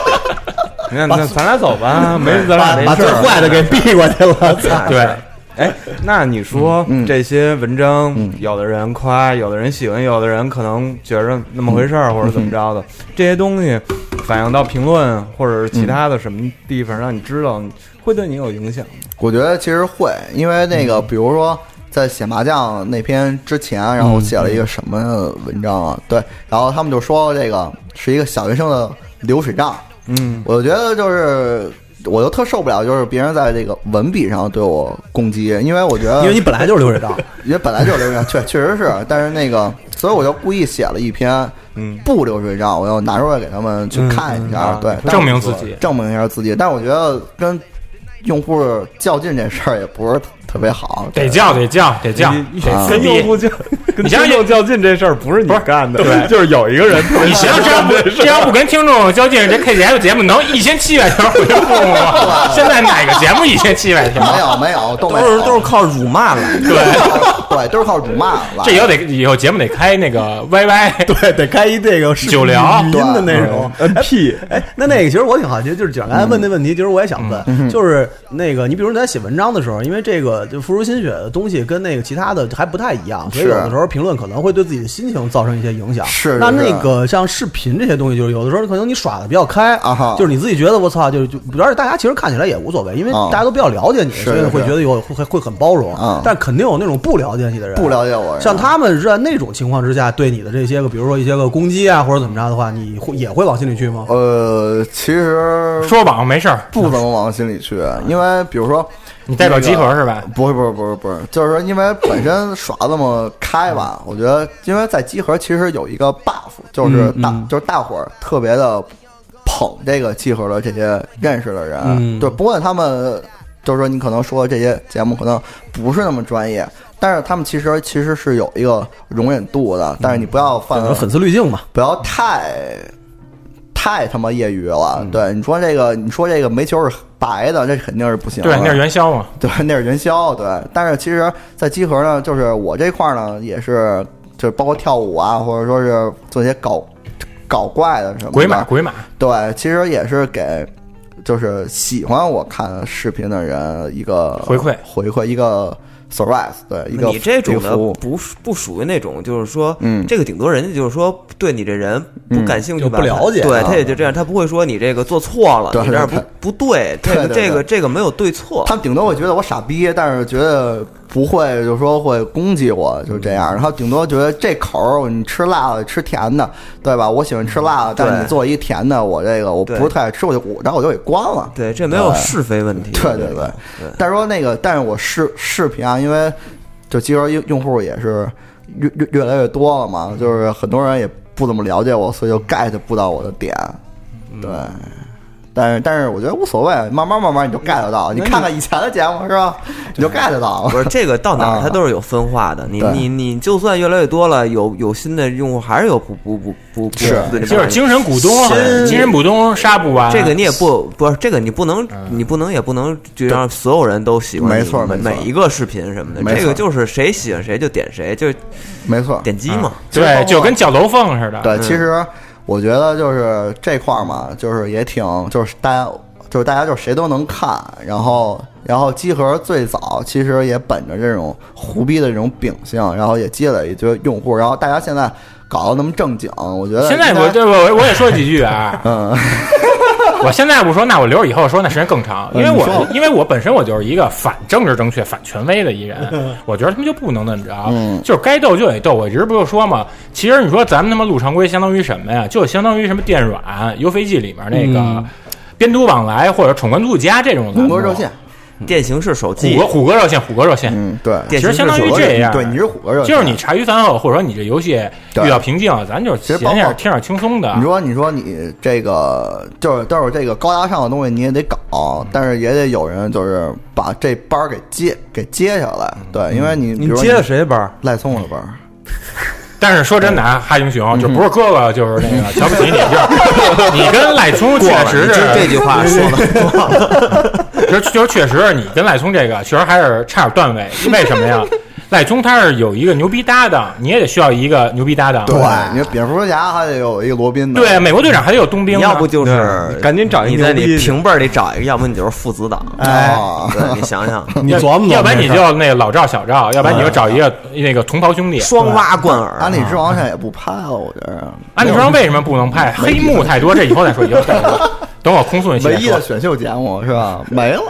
Speaker 9: 那那咱俩走 吧，没咱
Speaker 3: 把
Speaker 9: 俩没
Speaker 3: 把
Speaker 9: 事
Speaker 3: 最
Speaker 9: 儿。
Speaker 3: 坏的给避过去了，操！
Speaker 5: 对，
Speaker 9: 哎，那你说
Speaker 6: 嗯
Speaker 9: 这些文章，
Speaker 4: 嗯
Speaker 9: 有的人夸，有的人喜欢，有的人可能觉着那么回事
Speaker 4: 嗯
Speaker 9: 儿，或者怎么着的，这些东西反映到评论或者是
Speaker 4: 嗯
Speaker 9: 其他的什么地方，让你知道，会对你有影响吗。
Speaker 6: 我觉得其实会，因为那
Speaker 5: 嗯
Speaker 6: 个比如说。在写麻将那篇之前，然
Speaker 5: 嗯
Speaker 6: 后我写了一个什么文章啊？对，然后他们就说这个是一个小学生的流水账，
Speaker 9: 嗯，
Speaker 6: 我觉得就是，我就特受不了，就是别人在这个文笔上对我攻击，因为我觉得，
Speaker 3: 因为你本来就是流水账，
Speaker 6: 因为本来就是流水账，确确实是，但是那个，所以我就故意写了一篇，
Speaker 9: 嗯，
Speaker 6: 不流水账，我要拿出来给他们去看一下，
Speaker 9: 嗯嗯
Speaker 6: 对
Speaker 9: 啊，
Speaker 6: 但
Speaker 5: 证明自己
Speaker 6: 证明一下自己。但我觉得跟用户较劲这事儿也不是特别好，
Speaker 5: 得叫得叫得叫，
Speaker 9: 你
Speaker 5: 得跟
Speaker 9: 跟用
Speaker 5: 你
Speaker 9: 户较，跟
Speaker 5: 你想
Speaker 9: 听
Speaker 5: 想
Speaker 9: 众较劲这事儿不是你干的，对，就是有一个人特别
Speaker 5: 你
Speaker 9: 喜
Speaker 5: 想想
Speaker 9: 欢
Speaker 5: 这样不这样不跟听众较劲，这 K 姐的节目能一千七百条回复吗？现在哪个节目一千七百
Speaker 6: 没
Speaker 5: 条？
Speaker 6: 有没有，都没
Speaker 4: 都
Speaker 6: 有
Speaker 4: 是都是靠辱骂来的。
Speaker 5: 对，
Speaker 6: 对，都是靠辱骂来的。
Speaker 5: 这以后得以后节目得开那个 YY，
Speaker 3: 对，得开一这个视频
Speaker 5: 久聊
Speaker 3: 语音的那种。
Speaker 6: 嗯
Speaker 9: NP，
Speaker 3: 哎，那那个其实
Speaker 6: 嗯
Speaker 3: 我挺好奇，就是蒋刚才问那问题，其实我也想问，就是那个你比如你在写文章的时候，因为这个个就付出心血的东西跟那个其他的还不太一样，所以
Speaker 6: 是
Speaker 3: 有的时候评论可能会对自己的心情造成一些影响。
Speaker 6: 是是
Speaker 3: 那那个像视频这些东西，就是有的时候可能你耍的比较开
Speaker 6: 啊哈
Speaker 3: 就是你自己觉得我操，就是就，而且大家其实看起来也无所谓，因为
Speaker 6: 啊
Speaker 3: 大家都比较了解你，
Speaker 6: 是
Speaker 3: 所以
Speaker 6: 是
Speaker 3: 会
Speaker 6: 是
Speaker 3: 觉得有会会很包容
Speaker 6: 啊。
Speaker 3: 但肯定有那种不了解你的人，
Speaker 6: 不了解我
Speaker 3: 像他们是在那种情况之下对你的这些个，比如说一些个攻击啊或者怎么着的话，你会也会往心里去吗？
Speaker 6: 呃，其实
Speaker 5: 说网没事儿，
Speaker 6: 不怎么往心里去，因为比如说
Speaker 5: 你代表集合是吧？
Speaker 6: 不会，不是，不是，不是，就是说，因为本身耍这么开吧，我觉得，因为在集合其实有一个 buff，就是大，就是大伙儿特别的捧这个集合的这些认识的人，
Speaker 3: 嗯
Speaker 6: 对，不管他们，就是说你可能说这些节目可能不是那么专业，但是他们其实其实是有一个容忍度的，但是你不要犯
Speaker 3: 有粉丝滤镜嘛，
Speaker 6: 不要太太他妈业余了。对，你说这个，你说这个煤球是白的，这肯定是不行的。
Speaker 4: 啊
Speaker 5: 对，那是元宵嘛。
Speaker 6: 对，那是元宵，对。但是其实，在集合呢，就是我这块儿呢，也是就是包括跳舞啊，或者说是做一些搞搞怪的什么的
Speaker 5: 鬼马，鬼马，
Speaker 6: 对，其实也是给就是喜欢我看视频的人一个
Speaker 5: 回馈
Speaker 6: 回馈一个 surprise，对，一个
Speaker 4: 你这种
Speaker 6: 一个
Speaker 4: 的
Speaker 6: 服务
Speaker 4: 不属不属于那种，就是说，
Speaker 6: 嗯
Speaker 4: 这个顶多人家就是说对你这人不感兴趣吧，
Speaker 3: 就不了解
Speaker 4: 对，
Speaker 3: 啊
Speaker 4: 他也就这样，他不会说你这个做错了，
Speaker 6: 对
Speaker 4: 你这儿不
Speaker 6: 对
Speaker 4: 不对，这个
Speaker 6: 对对
Speaker 4: 这个
Speaker 6: 对
Speaker 4: 这个没有对错
Speaker 6: 他，们顶多会觉得我傻逼，但是觉得不会，就是说会攻击我，就是这
Speaker 4: 嗯
Speaker 6: 样。然后顶多觉得这口儿你吃辣的，吃甜的，对吧？我喜欢吃辣的，但是
Speaker 4: 对
Speaker 6: 你做一甜的，我这个我不
Speaker 4: 对
Speaker 6: 是太爱吃，我就我然后我就给关了。
Speaker 4: 对，这没有
Speaker 6: 对
Speaker 4: 是非问题，
Speaker 6: 对
Speaker 4: 对
Speaker 6: 对对，但是说那个，但是我视视频啊，因为就集合用用户也是越越越来越多了
Speaker 4: 嗯
Speaker 6: 嘛，就是很多人也不怎么了解我，所以就 get 不到我的点，
Speaker 4: 嗯
Speaker 6: 对。但是但是我觉得无所谓，慢慢慢慢你就 get 到，你看看以前的节目是吧？你就 get 到了
Speaker 4: 不是这个到哪儿
Speaker 6: 啊
Speaker 4: 它都是有分化的，你
Speaker 6: 对
Speaker 4: 你你就算越来越多了，有有新的用户还是有不不不不不
Speaker 6: 是
Speaker 4: 对你
Speaker 5: 就是精神股东，啊
Speaker 4: 是
Speaker 5: 精神股东杀不完。
Speaker 4: 这
Speaker 9: 啊
Speaker 4: 个你也不不是这个你不能
Speaker 9: 嗯
Speaker 4: 你不能也不能就让所有人都喜欢你
Speaker 6: 没错
Speaker 4: 每
Speaker 6: 没错
Speaker 4: 每一个视频什么的，
Speaker 6: 没错
Speaker 4: 这个就是谁喜欢谁就点谁，就
Speaker 6: 没错，
Speaker 4: 点击
Speaker 9: 啊
Speaker 4: 嘛。
Speaker 5: 对，就跟绞楼缝似的。
Speaker 6: 对，其实我觉得就是这块儿嘛，就是也挺，就是大家，就是大家就是谁都能看，然后，然后集合最早其实也本着这种胡逼的这种秉性，然后也积累一堆用户，然后大家现在搞得那么正经，我觉得
Speaker 5: 现在
Speaker 6: 应该
Speaker 5: 我这我我也说几 句啊，
Speaker 6: 嗯，
Speaker 5: 我现在不说，那我留着以后说，那时间更长，因为
Speaker 6: 嗯你
Speaker 5: 我
Speaker 6: 说
Speaker 5: 因为我本身我就是一个反政治正确、反权威的一 人，我觉得他们就不能那么着，
Speaker 6: 嗯
Speaker 5: 就是该斗就得斗。我一直不就说嘛，其实你说咱们他妈录常规相当于什么呀？就相当于什么电软、游飞记里面那个
Speaker 6: 嗯
Speaker 5: 边督往来或者闯关度假这种栏目
Speaker 6: 中国热 线，，
Speaker 4: 电形式手
Speaker 5: 虎
Speaker 4: 机
Speaker 5: 哥，虎哥热线，虎哥热线，
Speaker 6: 嗯，对，
Speaker 4: 电
Speaker 5: 其
Speaker 4: 形
Speaker 5: 实
Speaker 4: 式
Speaker 5: 相当于
Speaker 4: 手机
Speaker 5: 这样，
Speaker 6: 对，你是虎哥热线，
Speaker 5: 就是你茶余饭后，或者说你这游戏遇到瓶颈，咱就
Speaker 6: 其实
Speaker 5: 闲
Speaker 6: 包括
Speaker 5: 点儿听点儿轻松的。啊
Speaker 6: 你说，你说你这个就是，但是这个高大上的东西你也得
Speaker 5: 嗯
Speaker 6: 搞，但是也得有人就是把这班儿给接给接下来，
Speaker 5: 嗯
Speaker 6: 对，因为你比
Speaker 9: 嗯你
Speaker 6: 如说
Speaker 9: 接的谁班儿？
Speaker 6: 赖松的班儿，
Speaker 5: 但是说真的啊，哈英雄就不是哥哥，就是那个瞧不起你，就是你跟赖聪确实
Speaker 4: 这这
Speaker 5: 是，
Speaker 4: 句话说 的
Speaker 5: 就就是确实你跟赖聪这个确实还是差点段位，为什么呀？赖聪他是有一个牛逼搭档，你也得需要一个牛逼搭档。
Speaker 6: 你说蝙蝠侠还得有一个罗宾呢。
Speaker 5: 对，美国队长还得有冬兵
Speaker 4: 你
Speaker 5: 呢，
Speaker 4: 要不就是
Speaker 9: 啊对赶紧找一
Speaker 4: 你在
Speaker 9: 牛
Speaker 4: 你
Speaker 9: 逼的
Speaker 4: 平辈儿里找一个，要不你就是父子档。
Speaker 6: 哎，
Speaker 4: 对你想 想，
Speaker 3: 你琢磨琢
Speaker 5: 要
Speaker 3: 磨这事儿，嗯
Speaker 5: 不然你就那个老赵小赵，要不然你就找一个那个同袍兄弟。
Speaker 4: 双挖贯
Speaker 6: 安
Speaker 4: 耳，
Speaker 6: 理之王现在也不拍了，我觉得。
Speaker 5: 啊安你说为什么不能拍？黑幕太多，这以后再说，以后再说。等我空送一期
Speaker 6: 唯
Speaker 5: 再
Speaker 6: 一
Speaker 5: 说
Speaker 6: 的。选秀节目是吧？没了。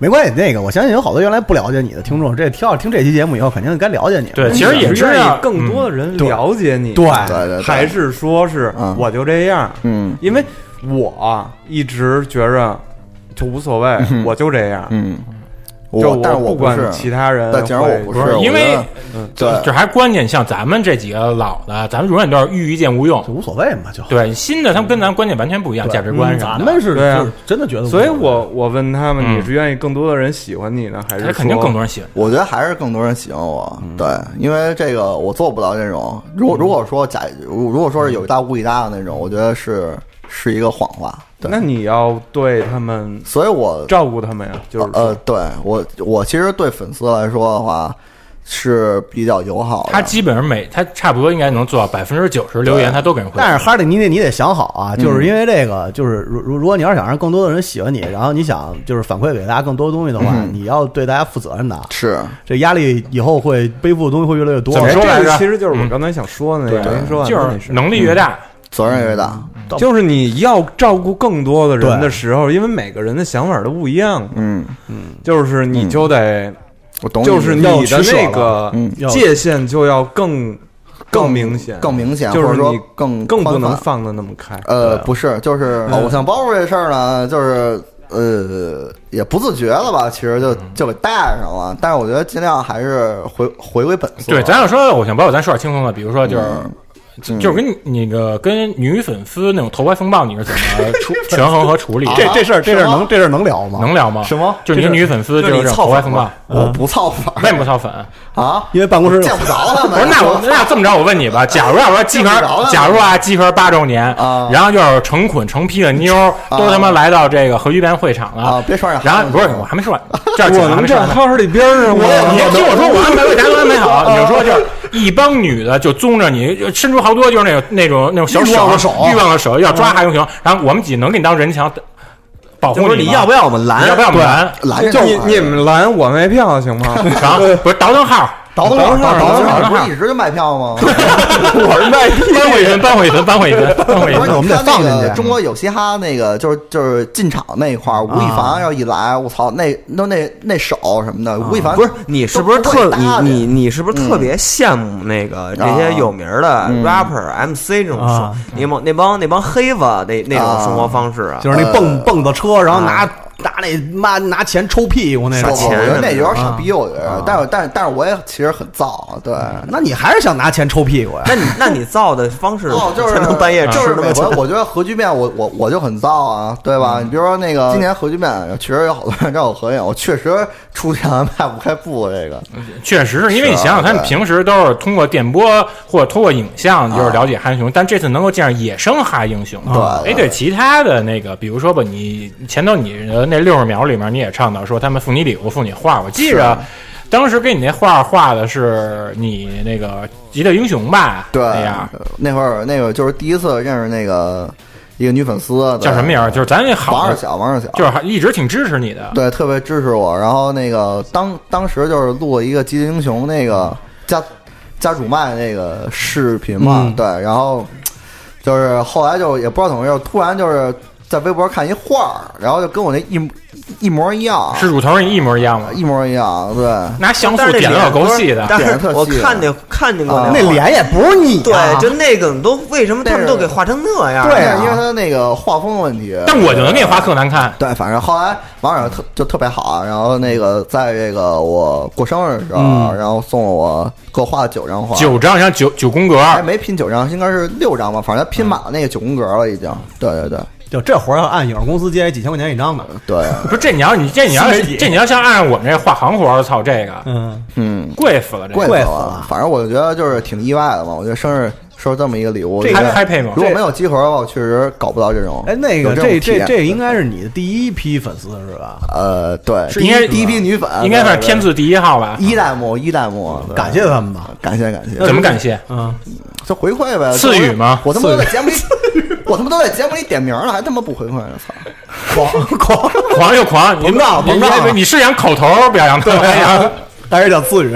Speaker 3: 没关系，那个我相信有好多原来不了解你的听众，这听听这期节目以后肯定该了解你。
Speaker 5: 对，其实也知
Speaker 9: 是愿
Speaker 5: 道
Speaker 9: 意更多的人了解你，
Speaker 3: 对
Speaker 6: 对对对
Speaker 9: 还是说是
Speaker 6: 嗯
Speaker 9: 我就这样，
Speaker 6: 嗯，
Speaker 9: 因为我一直觉着就无所谓，我就这样，
Speaker 6: 嗯，
Speaker 9: 就
Speaker 6: 我但是
Speaker 9: 不
Speaker 6: 我不是
Speaker 9: 管其他人会，
Speaker 6: 但假如我不
Speaker 5: 不是
Speaker 6: 我
Speaker 5: 因
Speaker 6: 觉
Speaker 5: 为
Speaker 6: 得对
Speaker 5: 就还关键，像咱们这几个老的，咱们永远都是欲一见无用
Speaker 3: 就。无所谓嘛，就
Speaker 5: 对，新的他们跟咱观念完全不一样，价值观
Speaker 3: 嗯
Speaker 5: 上
Speaker 3: 咱
Speaker 5: 的。
Speaker 3: 们是
Speaker 9: 对啊
Speaker 3: 就是真的觉得无所
Speaker 9: 所
Speaker 3: 谓，
Speaker 9: 以我我问他们，
Speaker 5: 嗯
Speaker 9: 你是愿意更多的人喜欢你呢，还是
Speaker 5: 哎肯定
Speaker 9: 说
Speaker 5: 更多人喜欢。
Speaker 6: 我觉得还是更多人喜欢我。
Speaker 9: 嗯
Speaker 6: 对，因为这个我做不到这种。如果如果说假，如如果说是有一搭无一搭的那种，我觉得是是一个谎话。对
Speaker 9: 那，你要对他们
Speaker 6: 所以我呃
Speaker 9: 照顾他们呀，就是
Speaker 6: 呃，对我我其实对粉丝来说的话，是比较友好的。
Speaker 5: 他基本上每他差不多应该能做到百分之九十留言，他都给人回。
Speaker 3: 但是哈利，你得你得想好啊，就是因为这个，就是如如如果你要是想让更多的人喜欢你，然后你想就是反馈给大家更多的东西的话，
Speaker 6: 嗯
Speaker 3: 你要对大家负责任的。
Speaker 6: 是
Speaker 3: 这压力以后会背负的东西会越来越多。
Speaker 9: 怎么
Speaker 6: 呃
Speaker 9: 说来
Speaker 3: 这
Speaker 9: 着？
Speaker 3: 个
Speaker 9: 其实就是我刚才想说的那个，您说完
Speaker 5: 嗯就
Speaker 9: 了那
Speaker 5: 是能力越大，
Speaker 6: 责任越大，
Speaker 9: 就是你要照顾更多的人
Speaker 3: 对
Speaker 9: 的时候，因为每个人的想法都不一样，
Speaker 6: 嗯，
Speaker 9: 就是你就得，
Speaker 6: 我懂你的
Speaker 9: 就
Speaker 6: 意思，
Speaker 9: 是你
Speaker 3: 要取
Speaker 9: 的
Speaker 3: 舍
Speaker 9: 那
Speaker 3: 了
Speaker 9: 个
Speaker 6: 嗯
Speaker 3: 要
Speaker 9: 界限就要更更明显，
Speaker 6: 更明显，
Speaker 9: 就
Speaker 6: 或
Speaker 9: 是
Speaker 6: 者说
Speaker 9: 你
Speaker 6: 更
Speaker 9: 更不
Speaker 6: 宽
Speaker 9: 能
Speaker 6: 泛
Speaker 9: 放的那么开。
Speaker 6: 呃，不是，就是
Speaker 9: 嗯
Speaker 6: 偶像包袱这事儿呢，就是呃，也不自觉了吧，其实就
Speaker 5: 嗯
Speaker 6: 就给带上了。但是我觉得尽量还是回回归本色。
Speaker 5: 对，咱要说偶像包，咱说点轻松的，比如说就是。就
Speaker 6: 嗯
Speaker 5: 就是跟你那个跟女粉丝那种投怀风暴，你是怎么处权衡和处理的？
Speaker 3: 哎啊这这事儿这事儿能这事儿能聊吗？
Speaker 5: 啊能聊吗？
Speaker 3: 什么
Speaker 5: 就你女粉丝就是这种投怀风暴，
Speaker 9: 嗯
Speaker 6: 我不操粉
Speaker 5: 为什么不操粉？
Speaker 6: 啊，
Speaker 3: 因为办公室
Speaker 6: 见不着他
Speaker 5: 不
Speaker 6: 们。
Speaker 5: 是，那 我那这么着，我问你吧，假如要说鸡
Speaker 6: 见不着
Speaker 5: 壳，
Speaker 6: 呢
Speaker 5: 假如啊鸡壳八周年
Speaker 6: 啊，
Speaker 5: 然后就是成捆成批的妞儿都他妈来到这个核聚变会场
Speaker 6: 啊
Speaker 5: 了，，
Speaker 6: 别说上海
Speaker 5: 然
Speaker 6: 话
Speaker 5: 后
Speaker 6: 了。
Speaker 5: 不是我还没说完，这儿
Speaker 9: 我
Speaker 5: 还
Speaker 9: 能
Speaker 5: 没说
Speaker 9: 站
Speaker 5: 完呢。
Speaker 9: 哈士里边儿上吗？
Speaker 5: 你听我说，我安排我家都安排 好。你就说就是一帮女的就宗着你，就伸出好多就是那种那种那种小手，欲望的手，
Speaker 6: 啊
Speaker 5: 要抓还不行。然后我们几个能给你当人墙保护
Speaker 4: 就是
Speaker 5: 你
Speaker 4: 你
Speaker 5: 吗
Speaker 4: 要不要我们拦？
Speaker 5: 要不要我们拦？
Speaker 6: 拦着
Speaker 9: 你你们拦我卖票行吗？
Speaker 5: 然后啊不是倒腾 号，
Speaker 6: 倒腾
Speaker 9: 倒腾
Speaker 6: 倒
Speaker 9: 倒
Speaker 6: 腾
Speaker 9: 腾
Speaker 6: 不是一直就卖票吗？
Speaker 5: 我是卖搬回去，搬回去，搬回去，搬回
Speaker 6: 不是
Speaker 5: 去。
Speaker 3: 我们得
Speaker 6: 你看那
Speaker 3: 放进
Speaker 6: 个
Speaker 3: 去
Speaker 6: 中国有嘻哈那个，就是就是进场那一块儿，吴亦凡要一来，我操，那都那那手什么的，吴亦凡
Speaker 4: 不是你是不是
Speaker 6: 都
Speaker 4: 特
Speaker 6: 会搭
Speaker 4: 你你
Speaker 6: 理
Speaker 4: 你是不是特别羡慕那个这些有名儿的
Speaker 6: 嗯
Speaker 4: rapper、MC 这种生
Speaker 3: 啊
Speaker 4: 那帮那帮那帮黑子那那种
Speaker 6: 啊
Speaker 4: 生活方式啊？
Speaker 3: 就是那蹦蹦的车，然后拿拿那妈拿钱抽屁股那
Speaker 6: 我
Speaker 3: 种
Speaker 6: 我。
Speaker 4: 钱
Speaker 6: 觉得
Speaker 4: 什么
Speaker 6: 那
Speaker 4: 的
Speaker 6: 有点傻逼，我觉得，但是但是但是我也其实很燥，对。
Speaker 3: 那你还是想拿钱抽屁股呀？
Speaker 4: 那你那你造的方式
Speaker 6: 哦， 就是
Speaker 4: 才能半夜吃
Speaker 6: 就是
Speaker 4: 那
Speaker 6: 美
Speaker 4: 么
Speaker 6: 国
Speaker 4: 久，
Speaker 6: 我觉得核聚变，我我我就很燥啊，对吧？你比如说那个今年核聚变，确实有好多人找我合影，我确实出现了迈不开步这个，
Speaker 5: 确实是因
Speaker 6: 啊
Speaker 5: 为你想想，他们平时都是通过电波或者通过影像就是了解哈英雄，但这次能够见上野生哈英雄。
Speaker 6: 啊对
Speaker 5: 哎，对，其他的那个，比如说吧，你前头你的那六十秒里面，你也倡导说他们送你礼物，送你画。我记着当时给你那画画的是你那个极乐英雄吧？
Speaker 6: 对
Speaker 5: 那样。
Speaker 6: 那会儿那个就是第一次认识那个一个女粉丝，对
Speaker 5: 叫什么名儿？就是咱那好
Speaker 6: 王
Speaker 5: 的
Speaker 6: 二小，王二小，
Speaker 5: 就是还一直挺支持你的。
Speaker 6: 对，特别支持我。然后那个当当时就是录了一个《极地英雄》那个家家主麦那个视频嘛，
Speaker 5: 嗯
Speaker 6: 对，然后就是后来就也不知道怎么回事，突然就是在微博看一画儿，然后就跟我那一模一模一样，
Speaker 5: 是啊乳头儿一模一样吗？
Speaker 6: 一模一样，对，
Speaker 5: 拿香
Speaker 4: 但
Speaker 5: 素
Speaker 4: 是那
Speaker 5: 点的
Speaker 4: 脸
Speaker 5: 够细的，
Speaker 4: 但
Speaker 6: 点
Speaker 4: 是
Speaker 6: 得特
Speaker 4: 我
Speaker 6: 细
Speaker 4: 看见看见过
Speaker 6: 啊
Speaker 4: 那
Speaker 3: 那
Speaker 4: 画
Speaker 3: 脸也不是你啊，
Speaker 4: 对，就那个你都为什么他们都给画成那样？
Speaker 6: 对、啊因为他那个画风的问题，
Speaker 5: 但我就能给你画特难看。
Speaker 6: 对，反正后来王小特就特别好啊，然后那个在这个我过生日的时候，然后送了我给我画了九张画，
Speaker 5: 九张，像九九宫格，
Speaker 6: 还没拼九张，应该是六张吧，反正拼满了那个九宫格了，已经。对对对
Speaker 3: 就这活儿要按影视公司接，几千块钱一张的。
Speaker 6: 对，
Speaker 5: 不是这你要你这你要
Speaker 3: 新媒体
Speaker 5: 这你要像按照我们这画行活儿，操这个
Speaker 3: 嗯，
Speaker 6: 嗯，
Speaker 5: 贵死了，这
Speaker 6: 贵
Speaker 5: 个
Speaker 6: 死
Speaker 3: 贵死
Speaker 6: 了
Speaker 3: 了。
Speaker 6: 反正我觉得就是挺意外的嘛，我觉得生日收这么一个礼物，
Speaker 5: 这
Speaker 6: 因为
Speaker 5: happy 吗
Speaker 6: 如果没有集合的话，我确实搞不到这种。
Speaker 3: 哎，那
Speaker 6: 有
Speaker 3: 个
Speaker 6: 种
Speaker 3: 这
Speaker 6: 体验
Speaker 3: 这这应该是你的第一批粉丝是吧？
Speaker 6: 呃，对，
Speaker 5: 是应该是
Speaker 6: 第一批女粉，
Speaker 5: 应该算是
Speaker 6: 对
Speaker 5: 天字第一号吧
Speaker 6: 对？一代目一代目，对
Speaker 3: 感谢他们吧。
Speaker 6: 感谢感谢，
Speaker 5: 怎么感谢？
Speaker 3: 嗯，
Speaker 6: 就回馈呗？
Speaker 5: 赐予吗
Speaker 6: 我他妈都在节目里，我他妈都在节目里点名了，还他妈不回馈呢，操！
Speaker 5: 狂就狂，你
Speaker 3: 膨胀
Speaker 5: 你
Speaker 3: 膨胀
Speaker 5: 你你是想口头儿表扬他们哎
Speaker 3: 啊
Speaker 5: 呀？
Speaker 3: 但是叫自语，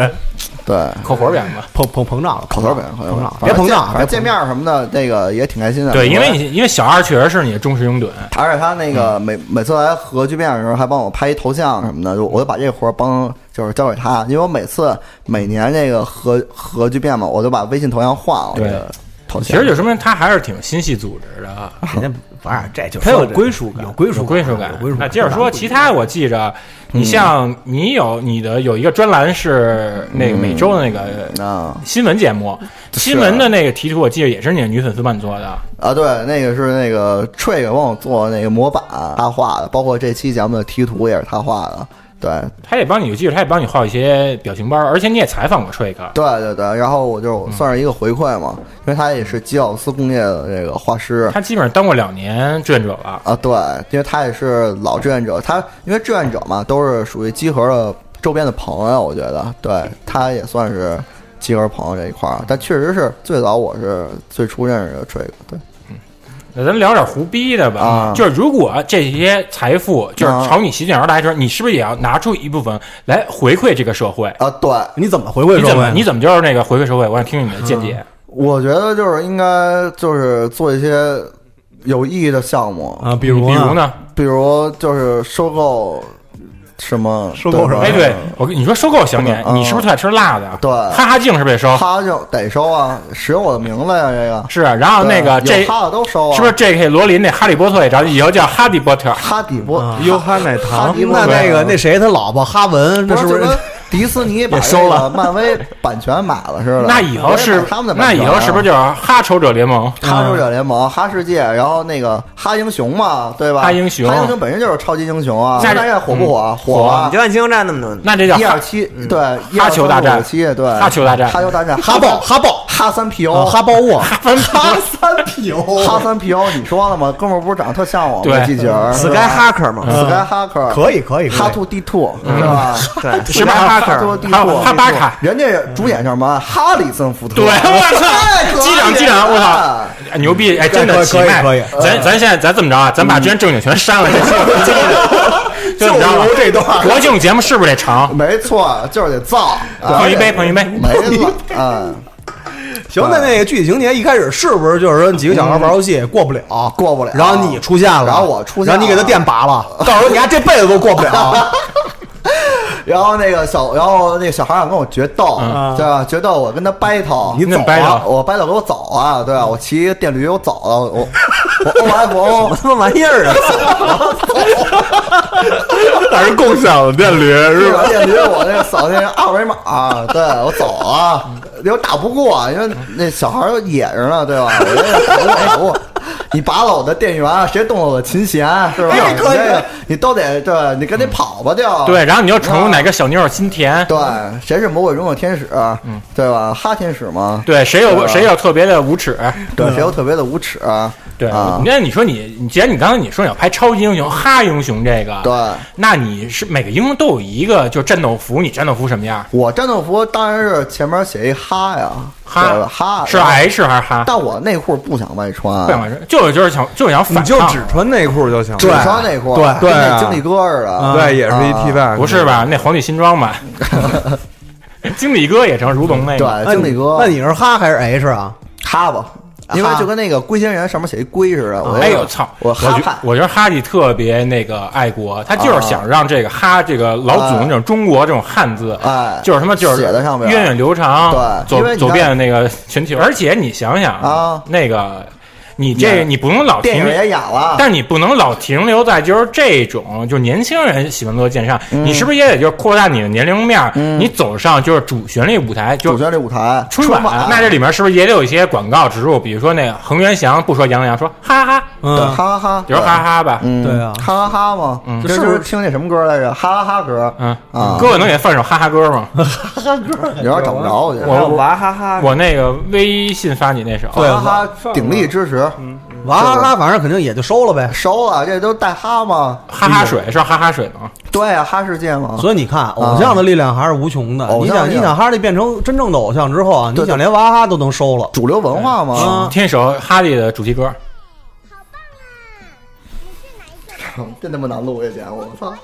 Speaker 6: 对，
Speaker 5: 口活儿表扬吧。
Speaker 3: 膨膨膨胀了，
Speaker 6: 口头本，口头
Speaker 3: 膨胀
Speaker 6: 本
Speaker 3: 了，，别膨胀啊，
Speaker 6: 反
Speaker 3: 别
Speaker 6: 正见面什么的，那个也挺开心的。
Speaker 5: 对，因为你因嗯为小二确实是你的忠实拥趸，
Speaker 6: 而且他那个每每次来核聚变的时候，还帮我拍一头像什么的，就我就把这活儿帮就是交给他，因为我每次每年这个核核聚变嘛，我就把微信头像换了这
Speaker 5: 对
Speaker 6: 个头
Speaker 5: 其
Speaker 6: 像。
Speaker 5: 实就说明他还是挺心系组织的啊。
Speaker 3: 人家不是这就
Speaker 9: 他有归属感
Speaker 3: 有归属
Speaker 5: 有归属感
Speaker 3: 有归属。
Speaker 5: 那接着说，其他我记着，你像你有你的有一个专栏是那个每周的那个
Speaker 6: 啊
Speaker 5: 新闻节目，新闻的那个题图我记得也是你的女粉丝帮你做的，
Speaker 6: 啊，对，那个是那个 Trick 帮我做那个模板，他画的，包括这期节目的题图也是他画的。对，
Speaker 5: 他也帮你，我记得他也帮你画一些表情包，而且你也采访过啊 Trick，
Speaker 6: 对对对，然后我就算是一个回馈嘛，因为他也是基奥斯工业的这个画师，
Speaker 5: 他基本上当过两年志愿者了。
Speaker 6: 啊，对，因为他也是老志愿者，他因为志愿者嘛，都是属于集合的周边的朋友，我觉得对他也算是集合朋友这一块儿，但确实是最早我是最初认识的 Trick，对，
Speaker 5: 那咱聊点胡逼的吧，
Speaker 6: 啊
Speaker 5: 就是如果这些财富就是朝你席卷而来的时候，你是不是也要拿出一部分来回馈这个社会？
Speaker 6: 啊对，嗯
Speaker 3: 你怎么回馈
Speaker 5: 你怎
Speaker 3: 社会
Speaker 5: 么
Speaker 3: 呢？
Speaker 5: 你怎么就是那个回馈社会？我想听听你的见解。
Speaker 6: 我觉得就是应该就是做一些有意义的项目，
Speaker 3: 啊？比如
Speaker 5: 比如？呢？
Speaker 6: 比如就是收购什么
Speaker 3: 收购什么
Speaker 5: 哎，
Speaker 6: 对吧
Speaker 5: 对我跟你说，收购行业，
Speaker 6: 嗯
Speaker 5: 你是不是特爱吃辣的？
Speaker 6: 对
Speaker 5: 哈哈镜是不是也收？
Speaker 6: 他就得收啊，使用我的名字呀、这个
Speaker 5: 是，啊然后那个
Speaker 6: 对
Speaker 5: 这
Speaker 6: 有哈的都收啊，
Speaker 5: 是不是 J.K. 罗琳那哈利波特也着急，以后叫哈利波特？
Speaker 6: 哈底波？
Speaker 9: 优哈奶
Speaker 6: 啊哈
Speaker 9: 糖
Speaker 6: 迪波
Speaker 3: 那
Speaker 6: 特
Speaker 3: 那个那谁他老婆哈文，那
Speaker 6: 不
Speaker 3: 是
Speaker 6: 是
Speaker 3: 不
Speaker 6: 就是跟迪斯尼把
Speaker 3: 也收了
Speaker 6: 这个漫威版权买了似的？
Speaker 5: 那以后
Speaker 6: 我也
Speaker 5: 是
Speaker 6: 买他们的版
Speaker 5: 那
Speaker 6: 权
Speaker 5: 以
Speaker 6: 啊
Speaker 5: 后是不是就是哈仇者联盟？
Speaker 6: 哈守者联盟、哈世界，然后那个哈英雄嘛，对吧？
Speaker 5: 哈英雄
Speaker 6: 哈英雄本身就是超级英雄啊！
Speaker 5: 那嗯
Speaker 6: 大战火不火啊？火
Speaker 4: 你
Speaker 6: 啊！
Speaker 4: 就按金融站那么多，
Speaker 5: 那这叫
Speaker 6: 一
Speaker 5: 哈嗯
Speaker 6: 二七对，一
Speaker 5: 哈
Speaker 6: 二
Speaker 5: 球大战
Speaker 6: 七对，
Speaker 5: 哈球大战
Speaker 6: 哈球大战，
Speaker 3: 哈豹哈 豹
Speaker 6: 哈三 PO，
Speaker 3: 啊哈豹沃，
Speaker 6: 哈三
Speaker 3: 哦
Speaker 6: PO，哈三 PO，你说了吗？哥们儿不是长得特像我吗？
Speaker 5: 对嗯
Speaker 6: 这机器人儿呃
Speaker 4: Sky Hacker 嘛，
Speaker 6: Sky Hacker，
Speaker 3: 可以可以，可以
Speaker 6: 啊哈兔 D two 是吧？
Speaker 4: 对，
Speaker 5: 是吧？哈
Speaker 6: 哈兔 D
Speaker 5: 哈
Speaker 6: two，
Speaker 5: 哈巴卡，
Speaker 6: 人家主演叫什么？哈里森福特。
Speaker 5: 对，我
Speaker 6: 太可
Speaker 5: 操！
Speaker 6: 以了
Speaker 5: 机长，机长，我操，牛逼！哎，真的
Speaker 3: 可以
Speaker 5: 奇
Speaker 3: 可以
Speaker 5: 迈
Speaker 3: 可以，
Speaker 5: 咱咱现在咱这么着啊，咱把之前正经全删了，这就这么着了。这段国庆节目是不是得长？
Speaker 6: 没错，就是得造，
Speaker 5: 碰一杯，碰一杯。
Speaker 6: 没了，嗯。
Speaker 3: 行，那那个具体情节一开始是不是就是说几个小孩玩游戏过不了，
Speaker 6: 哦过不了
Speaker 3: 然后你出现了，
Speaker 6: 然后我出现
Speaker 3: 然
Speaker 6: 了
Speaker 3: 后你给他电拔了，到时候你还这辈子都过 不了。
Speaker 6: 然后那个小，然后那个小孩想跟我决斗，对吧？决斗，我跟他 battle，
Speaker 5: 嗯你怎么 battle？
Speaker 6: 我 battle 给我走啊，对吧？我骑一个电驴，我走了，我 我 O F O，
Speaker 4: 什么玩意儿啊？
Speaker 7: 还是共享的电驴
Speaker 5: 啊
Speaker 7: 是
Speaker 6: 是
Speaker 7: 吧？
Speaker 6: 吧？电驴我那个扫那个二维码，对我走啊，因为打不过，啊因为那小孩儿野着呢，对吧？我这个打不过。 你拔了我的电源，谁动了我的琴弦，是吧？你这个你都得对吧，你赶紧跑吧就。
Speaker 5: 哎对，然后你又闯入哪个小妞儿心田？
Speaker 6: 对，谁是魔鬼中的天使？对吧？哈天使
Speaker 5: 嗯
Speaker 6: 嘛，
Speaker 5: 对，谁有
Speaker 6: 对
Speaker 5: 谁有特别的无耻？
Speaker 6: 对，谁又特别的无耻？
Speaker 5: 啊对，
Speaker 6: 啊，
Speaker 5: 那你说你，你既然你刚才你说你要拍超级英雄哈英雄这个，
Speaker 6: 对，
Speaker 5: 那你是每个英雄都有一个就是战斗服，你战斗服什么样？
Speaker 6: 我战斗服当然是前面写一哈呀，对
Speaker 5: 哈
Speaker 6: 吧哈
Speaker 5: 是
Speaker 6: 然后
Speaker 5: H 还是哈？
Speaker 6: 但我内裤不想外穿，
Speaker 5: 不想说，就是就是想就是想
Speaker 9: 你
Speaker 5: 反
Speaker 9: 就
Speaker 5: 抗，
Speaker 9: 只穿内裤就行了。
Speaker 6: 只穿内裤，
Speaker 3: 对
Speaker 6: 跟
Speaker 9: 对
Speaker 6: 那
Speaker 9: 啊
Speaker 6: 经理哥似的，
Speaker 9: 对，也是一
Speaker 6: 啊
Speaker 9: T 吧？
Speaker 5: 不是吧？那皇帝新装 吧？经理哥也成如龙那个，
Speaker 6: 对，经理哥，
Speaker 3: 那你是哈还是 H 啊？
Speaker 6: 哈啊吧，因为就跟那个龟仙人上面写一龟似的，我
Speaker 5: 哎呦操！
Speaker 6: 我
Speaker 5: 觉
Speaker 6: 哈啊派，
Speaker 5: 我觉得哈利特别那个爱国，他就是想让这个哈这个老祖宗这种中国这种汉字，
Speaker 6: 啊哎
Speaker 5: 就是什么就是
Speaker 6: 写在上面
Speaker 5: 源远流长，
Speaker 6: 对因为
Speaker 5: 走走
Speaker 6: 你看
Speaker 5: 遍那个全球。而且你想想
Speaker 6: 啊
Speaker 5: 那个你这你不能老
Speaker 6: 电
Speaker 5: 停
Speaker 6: 影也啊演了，
Speaker 5: 但你不能老停留在就是这种就是年轻人喜欢做鉴赏，
Speaker 6: 嗯
Speaker 5: 你是不是也得就是扩大你的年龄面儿？你走上就是主旋律舞台，就
Speaker 6: 主旋律舞台
Speaker 5: 春啊
Speaker 6: 晚，啊
Speaker 5: 那这里面是不是也得有一些广告植入？比如说那个恒源祥不说杨洋，说哈哈哈，
Speaker 6: 对
Speaker 3: 嗯，
Speaker 6: 哈哈哈，
Speaker 5: 比如哈哈哈吧，
Speaker 6: 嗯，
Speaker 3: 对啊
Speaker 6: 哈哈哈嘛，这
Speaker 3: 是
Speaker 6: 就
Speaker 3: 不是
Speaker 6: 是听那什么歌来着？哈哈哈歌，
Speaker 5: 嗯
Speaker 6: 啊
Speaker 5: 哥，我能给放首哈哈歌吗？
Speaker 6: 有点找不着，我觉
Speaker 5: 我
Speaker 6: 得。
Speaker 5: 我
Speaker 4: 娃哈哈，
Speaker 5: 我那个微信发你那首，
Speaker 6: 哈哈，鼎力支持，
Speaker 3: 娃哈哈反正肯定也就收了呗。
Speaker 6: 收了，这都带哈吗？
Speaker 5: 哈哈水是哈哈水吗？
Speaker 6: 对啊，哈世界嘛。
Speaker 3: 所以你看，偶像的力量还是无穷的。
Speaker 6: 偶
Speaker 3: 你
Speaker 6: 像
Speaker 3: 想，
Speaker 6: 力
Speaker 3: 你
Speaker 6: 量
Speaker 3: 想哈利变成真正的偶像之后啊，你
Speaker 6: 对
Speaker 3: 想连娃哈哈都能收了，
Speaker 6: 主流文化嘛，
Speaker 5: 听一首哈利的主题歌，
Speaker 6: 真他妈难录这节目，我操！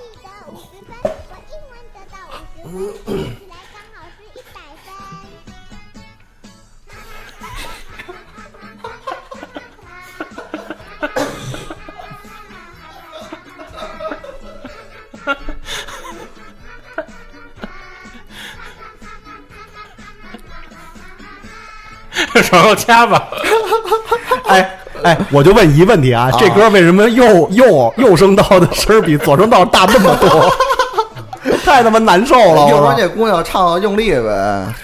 Speaker 5: 然后掐吧。
Speaker 3: 哎哎，我就问一问题啊，这歌为什么右右右声道的声儿比左声道大那么多？ 太他妈难受了！
Speaker 6: 要
Speaker 3: 我
Speaker 6: 不
Speaker 3: 说
Speaker 6: 然这姑娘唱用力呗，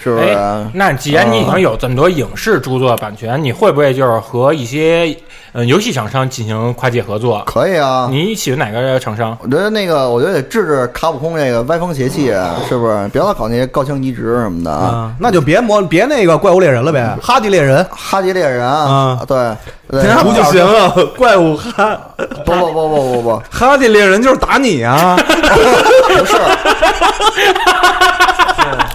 Speaker 6: 是啊不是？
Speaker 5: 哎，那既然你已经有这么多影视著作版权，你会不会就是和一些嗯游戏厂商进行跨界合作？
Speaker 6: 可以啊。
Speaker 5: 你喜欢哪个厂商？
Speaker 6: 我觉得那个，我觉得得治治卡普空这个歪风邪气，啊是不是？别老搞那些高清移植什么的啊！
Speaker 3: 啊，那嗯就别模别那个怪物猎人了呗，哈迪猎 人，
Speaker 6: 哈迪猎人
Speaker 3: 啊
Speaker 6: 对，对
Speaker 9: 不就行了？
Speaker 3: 哎
Speaker 9: 怪物哈
Speaker 6: 不不不不不不，
Speaker 9: 哈迪猎人就是打你啊！
Speaker 6: 不是，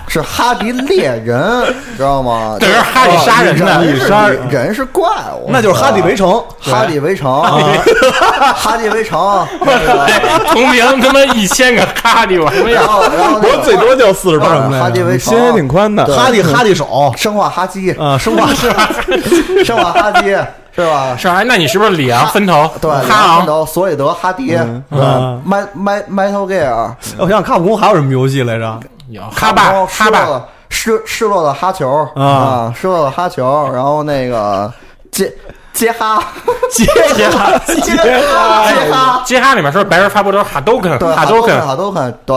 Speaker 6: 是哈迪猎人，知 道吗？
Speaker 3: 这是哈迪杀人呢
Speaker 6: 哦
Speaker 3: 你杀人
Speaker 6: 人人是怪物，
Speaker 3: 那就是哈迪围城对
Speaker 6: 哈迪围城， 哈迪围城，
Speaker 5: 同名他妈一千个哈迪，我他妈
Speaker 6: 然后然后那个
Speaker 3: 我最多就四十八
Speaker 6: 哈迪围城
Speaker 9: 心也挺宽的。
Speaker 3: 哈迪哈迪手
Speaker 6: 生化哈基，
Speaker 3: 啊，生化
Speaker 6: 生化哈基是吧？
Speaker 5: 上海，那你是不是里昂分头？
Speaker 6: 对，
Speaker 5: 哈
Speaker 6: 哈
Speaker 5: 昂
Speaker 6: 德、索里德、哈迪，对
Speaker 3: 嗯
Speaker 6: ，My My Metal Gear，
Speaker 3: 哎我想想卡普空还有什么游戏来着？
Speaker 5: 有哈巴
Speaker 6: 失
Speaker 5: 哈
Speaker 6: 落
Speaker 5: 巴，
Speaker 6: 了失失落的哈球
Speaker 3: 啊
Speaker 6: 啊，失落的哈球，然后那个接接哈
Speaker 3: 接
Speaker 5: 杰哈
Speaker 6: 接哈接哈，
Speaker 5: 杰哈里面说白人发布都是哈都肯
Speaker 6: 对，
Speaker 5: 哈都
Speaker 6: 都
Speaker 5: 肯，
Speaker 6: 哈都肯，对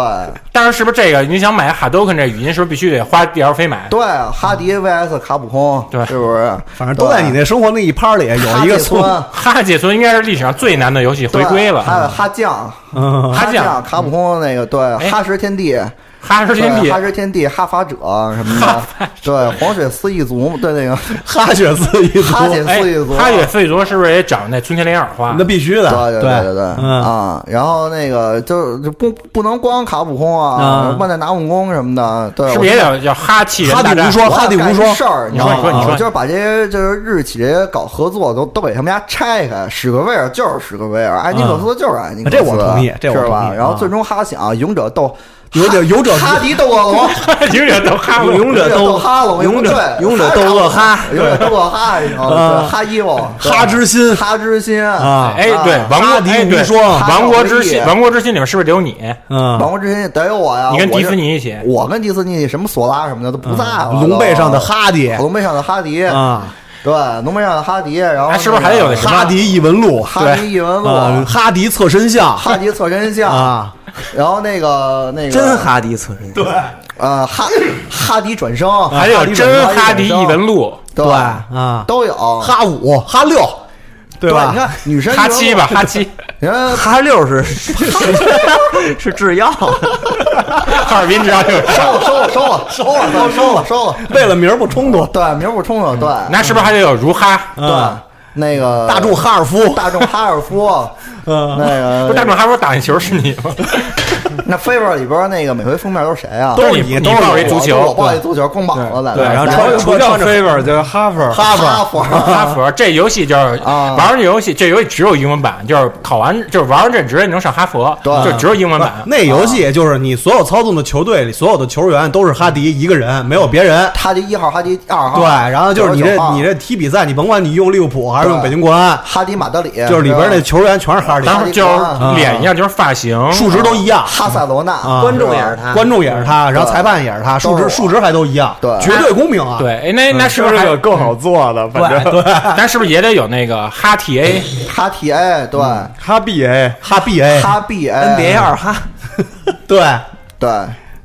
Speaker 5: 但是是不是这个你想买哈都肯这语音，是不是必须得花 DLC 买？
Speaker 6: 对，哈迪 VS 卡普空，
Speaker 5: 对
Speaker 6: 是不是？
Speaker 3: 反正都在你那生活那一趴里有一个
Speaker 6: 村
Speaker 3: 村，
Speaker 5: 哈解存应该是历史上最难的游戏 回归
Speaker 6: 还有
Speaker 5: 了，
Speaker 6: 哈酱。
Speaker 3: 嗯，
Speaker 5: 哈
Speaker 6: 酱、
Speaker 5: 酱
Speaker 6: 卡普空那个对，哈什天地，
Speaker 5: 哈士
Speaker 6: 对
Speaker 5: 天地
Speaker 6: 哈什天地、哈法者什么的，对，黄血四一族，对那个
Speaker 3: 哈血四一族，
Speaker 6: 哈血
Speaker 5: 哎
Speaker 6: 四一族，，
Speaker 5: 哈雪四一族是不是也长那村田莲耳花
Speaker 3: 那？必须的，
Speaker 6: 对对对对，
Speaker 3: 嗯，
Speaker 6: 啊，然后那个就就不不能光卡普空啊
Speaker 3: 嗯，
Speaker 6: 万代拿武功什么的，对，
Speaker 5: 是不是也得叫哈气人
Speaker 3: 哈
Speaker 5: 大
Speaker 3: 迪
Speaker 5: 战
Speaker 3: 无？双，哈迪
Speaker 6: 迪
Speaker 3: 无双，
Speaker 6: 事儿，
Speaker 5: 你
Speaker 6: 知道
Speaker 5: 说
Speaker 6: 吗
Speaker 5: 你说你说
Speaker 6: 就是把这些就是日企这些搞合作都都给他们家拆开，史克威尔就是史克威尔，艾尼克斯就是艾尼克
Speaker 3: 嗯
Speaker 6: 斯，
Speaker 3: 这我同意这我
Speaker 6: 是吧
Speaker 3: 同？意
Speaker 6: 然后
Speaker 3: 啊
Speaker 6: 最终哈想勇者斗
Speaker 3: 有点有者
Speaker 6: 哈迪斗恶龙，
Speaker 5: 永远都哈姆
Speaker 6: 勇者斗哈龙，
Speaker 3: 勇者
Speaker 6: 对
Speaker 3: 勇者斗恶哈
Speaker 6: 勇者斗恶哈，你知道吗
Speaker 3: 啊
Speaker 6: 对哈伊欧，
Speaker 3: 哈之心
Speaker 6: 哈之心
Speaker 3: 啊
Speaker 5: 哎，对，王
Speaker 3: 哈
Speaker 5: 国
Speaker 3: 迪
Speaker 5: 哎，
Speaker 3: 无
Speaker 5: 对，
Speaker 3: 双
Speaker 5: 王国之
Speaker 6: 哈
Speaker 5: 心，
Speaker 6: 奥利
Speaker 5: 王国之心里面是不是得有你？
Speaker 6: 王
Speaker 3: 嗯，
Speaker 6: 国之心得有我呀！
Speaker 5: 你跟
Speaker 6: 啊我
Speaker 5: 迪
Speaker 6: 就
Speaker 5: 士尼一起
Speaker 6: 我跟迪士尼什么索拉什么的都不在了。
Speaker 3: 嗯龙背上的
Speaker 6: 都
Speaker 3: 哈迪
Speaker 6: 龙背上的哈迪，
Speaker 3: 啊，
Speaker 6: 对，龙背上的哈迪，然后
Speaker 5: 哎是不是还有那什么
Speaker 3: 哈迪异闻录，
Speaker 6: 哈迪异闻录
Speaker 3: 啊哈迪侧身像
Speaker 6: 哈迪侧身像？
Speaker 3: 啊，
Speaker 6: 然后那个那个
Speaker 4: 真哈迪侧身，对，
Speaker 6: 呃哈哈迪转生，
Speaker 5: 还有真哈迪异闻录，
Speaker 6: 对
Speaker 3: 对啊，
Speaker 6: 都有
Speaker 3: 哈五哈六，对吧？
Speaker 6: 你看女神
Speaker 5: 哈七吧，，哈七，
Speaker 6: 你看
Speaker 4: 哈六是是制药的，
Speaker 5: 哈尔滨只要有人。
Speaker 6: 收了收了收了收了收了收了，
Speaker 3: 为了名儿不冲突，
Speaker 6: 对，名不冲了，对
Speaker 5: 那是不是还得有如哈？
Speaker 6: 对
Speaker 3: 嗯，
Speaker 6: 那个
Speaker 3: 大众哈尔夫，
Speaker 6: 大众哈尔夫，那
Speaker 3: 嗯，
Speaker 5: 不是
Speaker 6: 个
Speaker 5: 大壮还说打那球是你吗？
Speaker 6: 那 Fever 里边那个每回封面都是谁啊？
Speaker 5: 都
Speaker 3: 都
Speaker 5: 是
Speaker 3: 是
Speaker 5: 你
Speaker 3: 你，
Speaker 5: 都
Speaker 3: 都
Speaker 5: 是
Speaker 3: 是
Speaker 5: 你
Speaker 3: 你
Speaker 5: 足球
Speaker 6: 我报一足球，供饱了来。
Speaker 9: 对，
Speaker 6: 来
Speaker 9: 然后
Speaker 6: 来
Speaker 9: 穿
Speaker 6: 来
Speaker 9: 不叫 favor 叫 hover，
Speaker 6: 哈佛，
Speaker 5: 哈佛，这游戏就是
Speaker 6: 啊
Speaker 5: 玩这游戏，这游戏只有英文版，就是考完就是玩完这直接能上哈佛，
Speaker 6: 对啊
Speaker 5: 就只有英文版。
Speaker 3: 那游戏就是你所有操纵的球队里所有的球员都是哈迪一个人，没有别人。
Speaker 6: 哈迪一号，哈迪二号，
Speaker 3: 对，然后就是你
Speaker 6: 99
Speaker 3: 这
Speaker 6: 号
Speaker 3: 你这踢比赛，你甭管你用利物浦还是用北京国安，
Speaker 6: 哈迪马德里，
Speaker 3: 就是里边那球员全是哈迪，
Speaker 5: 然后就
Speaker 6: 哈
Speaker 5: 是
Speaker 6: 利克啊
Speaker 5: 脸一样，就是发型，
Speaker 6: 嗯
Speaker 3: 数值都一样，
Speaker 6: 哈塞罗那，
Speaker 3: 啊
Speaker 4: 观众也是他，
Speaker 3: 观众也是他，然后裁判也是他，数
Speaker 6: 嗯都是
Speaker 3: 值
Speaker 6: 我
Speaker 3: 数值还都一样，
Speaker 6: 对
Speaker 3: 绝对公平啊！
Speaker 5: 对，哎，那那是不嗯是还
Speaker 7: 个更好做的，反正
Speaker 3: 对，
Speaker 5: 咱是不是也得有那个哈 T A？
Speaker 6: 哈提 A，对，
Speaker 9: 哈 B A
Speaker 3: 哈 B A，
Speaker 6: 哈 B
Speaker 4: ，NBA
Speaker 6: A，
Speaker 4: 二哈，
Speaker 3: 对，
Speaker 6: 对，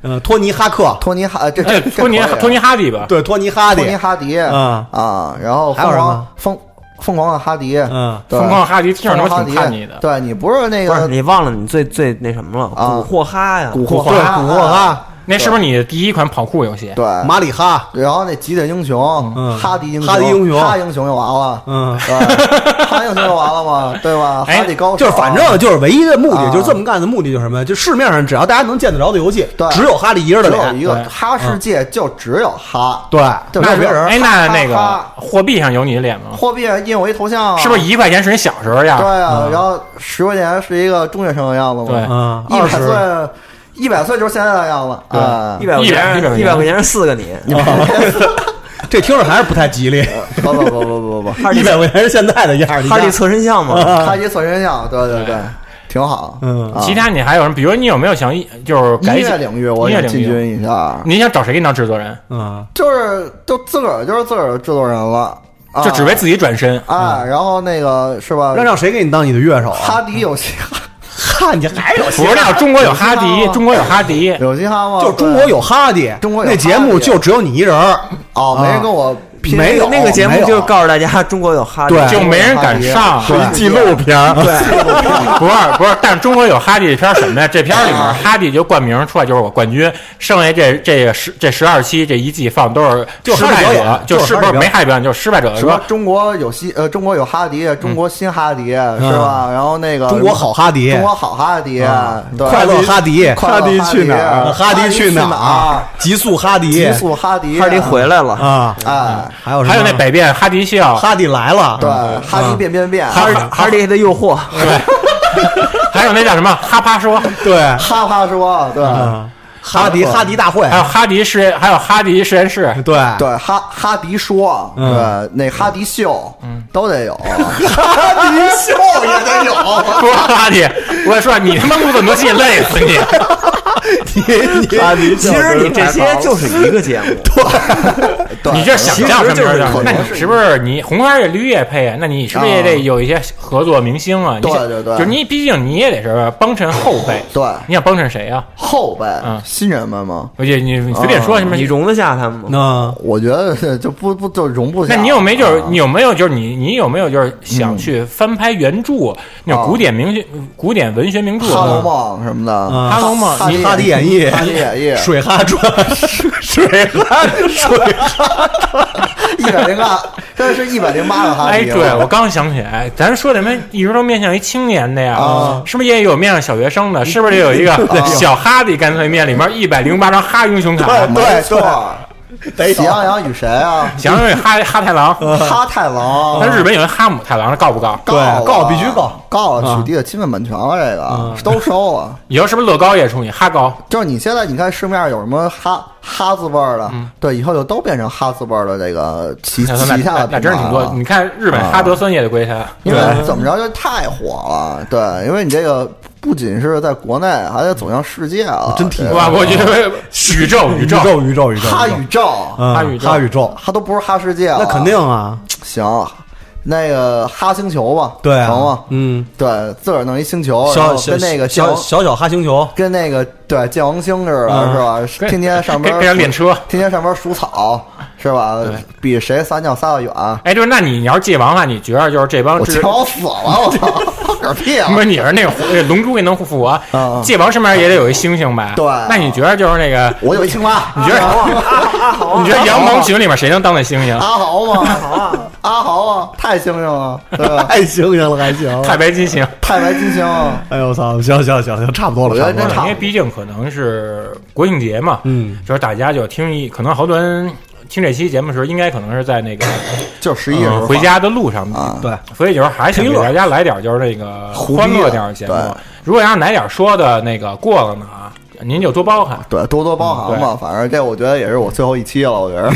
Speaker 3: 嗯，托尼哈克，
Speaker 6: 托尼哈，呃这
Speaker 5: 哎
Speaker 6: 这，
Speaker 5: 托尼
Speaker 6: 这可以
Speaker 5: 托尼哈迪吧？
Speaker 3: 对，托尼哈迪
Speaker 6: 托，尼哈迪，
Speaker 3: 嗯
Speaker 6: 啊，然后
Speaker 3: 还有
Speaker 6: 疯
Speaker 3: 什
Speaker 6: 狂
Speaker 3: 么
Speaker 6: 疯疯狂的哈迪，
Speaker 3: 嗯
Speaker 6: 对，
Speaker 5: 疯狂的哈迪听着
Speaker 6: 疯
Speaker 5: 他
Speaker 6: 狂
Speaker 5: 妈
Speaker 6: 哈
Speaker 5: 挺
Speaker 6: 迪
Speaker 5: 叛逆的，
Speaker 6: 对你不是那
Speaker 4: 不是
Speaker 6: 个
Speaker 4: 你忘了你最最那什么了，
Speaker 6: 哎啊
Speaker 4: 蛊惑哈呀，
Speaker 6: 惑
Speaker 3: 对，
Speaker 6: 哈，
Speaker 3: 古惑哈，
Speaker 5: 那是不是你的第一款跑酷游戏？
Speaker 6: 对，
Speaker 3: 马里哈，
Speaker 6: 然后那极点英雄，
Speaker 3: 嗯
Speaker 6: 哈迪英雄，
Speaker 3: 哈迪英雄
Speaker 6: 哈英雄就完了，
Speaker 3: 嗯
Speaker 6: 对， 哈英雄就完了嘛， 对吧？
Speaker 5: 哎
Speaker 6: 哈迪高手
Speaker 3: 就是反正就是唯一的目
Speaker 6: 啊
Speaker 3: 的，就是这么干的目的就是什么呀？就市面上只要大家能见得着的游戏
Speaker 6: 对，
Speaker 3: 只有哈利一人的
Speaker 6: 只有
Speaker 3: 脸，
Speaker 6: 一个哈世界，就只有哈，
Speaker 3: 对，
Speaker 6: 对
Speaker 3: 没有别人。
Speaker 5: 哎，那那个
Speaker 6: 哈哈
Speaker 5: 货币上有你的脸吗？
Speaker 6: 货币印我一头像啊，
Speaker 5: 是不是一块钱是你小时候呀？
Speaker 6: 对啊，然后十块钱是一个中学生的样子
Speaker 5: 对
Speaker 6: 嘛，
Speaker 3: 嗯，
Speaker 6: 一
Speaker 3: 二
Speaker 6: 百
Speaker 3: 十
Speaker 6: 岁，一百岁就是现在的样子啊
Speaker 4: 一。百块
Speaker 5: 一百
Speaker 4: 钱，
Speaker 5: 一
Speaker 4: 一
Speaker 5: 百
Speaker 4: 百
Speaker 5: 块
Speaker 4: 块钱是四个你，
Speaker 3: 这听着还是不太吉利。
Speaker 6: 呃不不不不 不不，
Speaker 4: 哈
Speaker 3: 一
Speaker 4: 利
Speaker 3: 百块钱是现在的样儿，你
Speaker 4: 哦哈
Speaker 3: 看
Speaker 4: 利侧身像嘛，
Speaker 6: 哈迪索身像，对对对，挺好。
Speaker 3: 嗯
Speaker 6: 啊
Speaker 5: 其他你还有什么？比如你有没有想一就是
Speaker 6: 音
Speaker 5: 改
Speaker 6: 乐领域我
Speaker 5: 音乐
Speaker 6: 也
Speaker 5: 领
Speaker 6: 进
Speaker 5: 域
Speaker 6: 军一下，
Speaker 5: 你想找谁给你当制作人？
Speaker 3: 嗯，
Speaker 6: 就是都自个儿就是自个儿制作人了，啊
Speaker 5: 就只为自己转身。
Speaker 6: 啊，然后那个是吧？
Speaker 3: 让让谁给你当你的乐手啊？
Speaker 6: 哈迪有嘻哈，
Speaker 3: 哈，你还有
Speaker 5: 不知道中国有哈迪，中国有哈迪，
Speaker 6: 有嘻哈吗？
Speaker 3: 就是中国有哈迪，啊
Speaker 6: 中国有哈
Speaker 3: 那
Speaker 6: 迪
Speaker 3: 节目就只有你一人儿
Speaker 6: 哦，没人跟我
Speaker 3: 比
Speaker 4: 片
Speaker 3: 没有
Speaker 4: 那个节目
Speaker 3: 没有
Speaker 4: 就是告诉大家中国有哈迪，
Speaker 3: 对
Speaker 5: 就没人敢上
Speaker 3: 对
Speaker 7: 一纪录片儿，
Speaker 5: 不是不是，但中国有哈迪这片儿什么呀？这片儿里面哈迪就冠名出来就是我冠军，剩下这这十这十二期这一季放都是
Speaker 3: 就
Speaker 5: 失
Speaker 3: 哈迪
Speaker 5: 败
Speaker 3: 表演
Speaker 5: 者，就
Speaker 3: 就是是哈
Speaker 5: 不是
Speaker 3: 迪表演
Speaker 5: 没哈迪表演，就是失败者
Speaker 6: 什么
Speaker 5: 说
Speaker 6: 中国有西呃，中国有哈迪，中国新哈迪、是吧？然后那个
Speaker 3: 嗯中国好哈迪嗯
Speaker 6: 中国好哈迪，对
Speaker 3: 快乐哈迪
Speaker 6: 快乐啊
Speaker 7: 哈迪去哪儿
Speaker 3: 哈迪去
Speaker 6: 哪
Speaker 3: 哪儿？啊极速哈迪
Speaker 6: 极速哈迪，
Speaker 4: 哈迪回来了，
Speaker 3: 啊，
Speaker 6: 哎，
Speaker 3: 还有什么
Speaker 5: 还有那百变哈迪笑，
Speaker 3: 啊哈迪来了，
Speaker 6: 对，哈
Speaker 3: 嗯
Speaker 6: 迪变变变，
Speaker 5: 哈
Speaker 6: 哈
Speaker 5: 哈
Speaker 4: 哈迪的诱惑，
Speaker 5: 还有那叫什么哈帕说，
Speaker 3: 对，
Speaker 6: 哈哈说，对
Speaker 3: 嗯哈迪哈迪大会
Speaker 5: 还，有哈迪实验，还有哈迪实验室，
Speaker 3: 哎对，
Speaker 6: 对，哈哈迪说，啊对
Speaker 3: 嗯
Speaker 6: 那哈迪秀，
Speaker 5: 嗯
Speaker 6: 都得有，啊 哈迪秀也得有。
Speaker 5: 不是哈迪，我跟你说你他妈录这么多期累死 你，
Speaker 4: 哈迪。其实你这些就是一个节目，
Speaker 6: 对
Speaker 5: 你这想叫什么样
Speaker 6: 其实就是
Speaker 5: 那你是不是你红花也绿叶配啊？那你是不是也得有一些合作明星啊？你
Speaker 6: 对
Speaker 5: 想
Speaker 6: 对对
Speaker 5: 就是你毕竟你也得是帮衬后辈，
Speaker 6: 对
Speaker 5: 你想帮衬谁啊？
Speaker 6: 后辈
Speaker 5: 嗯
Speaker 6: 新人们嘛，
Speaker 5: 我觉得你你随便说
Speaker 6: 啊
Speaker 5: 什么
Speaker 4: 你。容得下他们吗？
Speaker 3: 那
Speaker 6: 我觉得就不不就容不下。
Speaker 5: 那你有没有就是
Speaker 6: 啊嗯
Speaker 5: 你有没有就是你你有没有就是想去翻拍原著那
Speaker 6: 啊
Speaker 5: 种古典名学古典文学名著？啊
Speaker 6: 哈喽梦什么的？
Speaker 3: 嗯
Speaker 5: 哈喽梦
Speaker 6: 哈
Speaker 5: 你
Speaker 3: 哈迪演绎，
Speaker 6: 哈迪演绎
Speaker 3: 水哈传， 水哈水
Speaker 6: 一百零八，这是一百零八个哈
Speaker 5: 哎，
Speaker 6: 迪了。
Speaker 5: 对我刚想起来，咱说什么一直都面向于青年的呀，
Speaker 6: 啊
Speaker 5: 是不是也有面向小学生的？是不是也有一 个小哈迪干脆面里面一百零八张哈英雄卡？
Speaker 6: 没错，
Speaker 3: 得
Speaker 6: 喜羊羊与谁啊？
Speaker 5: 想想哈哈太郎，
Speaker 6: 哈太郎
Speaker 5: 那，日本有人哈姆太郎，告不告？
Speaker 6: 告
Speaker 3: 对告
Speaker 6: 了啊
Speaker 3: 必须告
Speaker 6: 告了取缔了侵犯版权了，这个都收了。
Speaker 5: 以后是不是乐高也出你哈高？
Speaker 6: 就是你现在你看市面上有什么哈哈字辈儿的，对，以后就都变成哈字辈儿的这个旗
Speaker 5: 嗯那
Speaker 6: 旗下啊
Speaker 5: 那
Speaker 6: 的
Speaker 5: 那真是挺
Speaker 6: 品牌
Speaker 5: 多
Speaker 6: 了。
Speaker 5: 你看日本哈德森也得归他，
Speaker 6: 因为怎么着就太火了，对，因为你这个不仅是在国内，还得走向世界了，
Speaker 3: 真提
Speaker 5: 是
Speaker 6: 这个
Speaker 5: 吧？我觉
Speaker 6: 啊
Speaker 5: 得宇宙宇
Speaker 3: 宇
Speaker 5: 宙
Speaker 3: 宙宇宙宇宙
Speaker 6: 哈宇宙，哦
Speaker 3: 嗯
Speaker 5: 哈宇宙
Speaker 3: 哈宇宙，
Speaker 6: 它都不是哈世界了，
Speaker 3: 那肯定啊，
Speaker 6: 行。那个哈星球吧，
Speaker 3: 对啊
Speaker 6: 成吗？
Speaker 3: 嗯，
Speaker 6: 对，自个儿弄一星球，哦然
Speaker 3: 小
Speaker 6: 后
Speaker 3: 小
Speaker 6: 跟那个
Speaker 3: 小
Speaker 6: 叫。
Speaker 3: 小小哈星球，
Speaker 6: 跟那个对剑王星似的，是吧？天天上
Speaker 5: 嗯跟
Speaker 6: 班
Speaker 5: 跟人练车
Speaker 6: 天天上班除草，是吧？比谁撒尿撒得远，
Speaker 5: 哎，就是那你要是界王的话，你觉得就是这帮
Speaker 6: 我
Speaker 5: 知
Speaker 6: 瞧我死了，我操，嗝屁啊！
Speaker 5: 不是你是 那个那龙珠也能复活
Speaker 6: 啊，
Speaker 5: 界王身边也得有一星星吧？
Speaker 6: 对啊
Speaker 5: 那你觉得就是那个？
Speaker 6: 我有一青蛙，啊
Speaker 5: 你觉得你
Speaker 6: 哦
Speaker 5: 觉得羊毛群里面谁能当那星星？
Speaker 6: 阿豪吗？阿豪啊，阿豪啊，太猩猩了，对吧？
Speaker 3: 太猩猩了还行，
Speaker 6: 哦
Speaker 5: 太白金星。
Speaker 6: 太白金星，
Speaker 3: 哎呦我操，行行行行，差不多了，
Speaker 6: 我觉
Speaker 3: 差
Speaker 6: 得
Speaker 3: 不多
Speaker 6: 真
Speaker 3: 了，
Speaker 6: 差
Speaker 5: 因为毕竟可能是国庆节嘛，
Speaker 3: 嗯，
Speaker 5: 就是大家就听一，可能好多人听这期节目的时候，应该可能是在那个呃
Speaker 6: 就是十一人
Speaker 5: 哦回家的路上，
Speaker 6: 啊，
Speaker 3: 对，
Speaker 5: 所以就是还想给大家来点就是那个
Speaker 6: 胡逼啊
Speaker 5: 欢乐点的节目
Speaker 6: 对。
Speaker 5: 如果要是哪点说的那个过了呢啊，您就多包 涵，
Speaker 6: 对，多多包涵吧。反正这我觉得也是我最后一期了，我觉得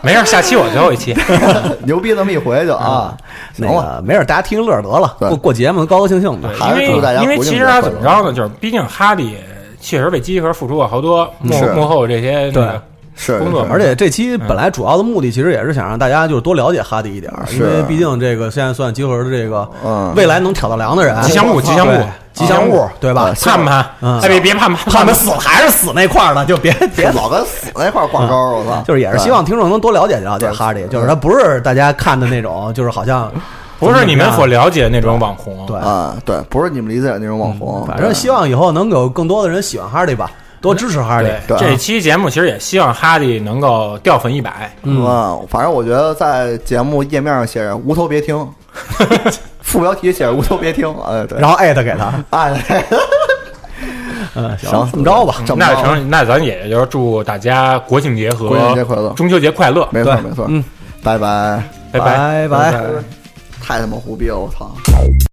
Speaker 5: 没事，下期我最后一期。
Speaker 6: 牛逼那么一回就啊，行
Speaker 3: 那
Speaker 6: 了，
Speaker 3: 个没事，大家听一乐得了，
Speaker 6: 对
Speaker 3: 过过节嘛，高高兴兴的，
Speaker 6: 还是祝大家
Speaker 5: 因为因为
Speaker 6: 国庆
Speaker 5: 其实
Speaker 6: 节
Speaker 5: 他
Speaker 6: 快
Speaker 5: 怎么
Speaker 6: 乐
Speaker 5: 着呢，就是毕竟哈利确实为集合付出过好多幕
Speaker 6: 是
Speaker 5: 幕后这些那个
Speaker 6: 是
Speaker 5: 工作
Speaker 6: 是
Speaker 5: 嘛
Speaker 3: 而且这期本来主要的目的其实也是想让大家就是多了解哈迪一点儿，因为毕竟这个现在算集合的这个
Speaker 6: 嗯
Speaker 3: 未来能挑到梁的人，啊
Speaker 5: 吉祥物
Speaker 3: 对
Speaker 5: 吉祥物
Speaker 3: 吉祥物
Speaker 5: 啊，
Speaker 3: 对吧？
Speaker 5: 盼盼，
Speaker 3: 嗯
Speaker 5: 哎别别盼 盼，
Speaker 3: 盼盼死了还是死那块儿的，就别别
Speaker 6: 别老跟死那块儿挂钩，我 操！
Speaker 3: 就是也是希望听众能多了解了解哈迪，就是他不是大家看的那种，就是好像
Speaker 5: 不是你们所
Speaker 3: 了
Speaker 5: 了解的那种网红。
Speaker 3: 对，
Speaker 6: 啊，对，不是你们理解的那种网红，
Speaker 3: 嗯反正希望以后能有更多的人喜欢哈迪吧，多支持哈迪。
Speaker 6: 对
Speaker 5: 这期节目其实也希望哈利能够掉粉一百。
Speaker 6: 啊，
Speaker 3: 嗯
Speaker 6: 反正我觉得在节目页面上写着“无头 别听”，副标题写着“无头别听”，哎，对，
Speaker 3: 然后艾特给他，
Speaker 6: 哎，
Speaker 3: 嗯，
Speaker 6: 行
Speaker 3: 这么着吧，
Speaker 6: 这么
Speaker 5: 那
Speaker 6: 着
Speaker 5: 成，那咱也就是祝大家国庆节和
Speaker 6: 国庆节快乐
Speaker 5: 中秋节快乐，
Speaker 6: 没错没错，
Speaker 3: 嗯，
Speaker 6: 拜拜，
Speaker 5: 拜拜
Speaker 3: 拜拜
Speaker 6: 太他妈胡逼了，我操！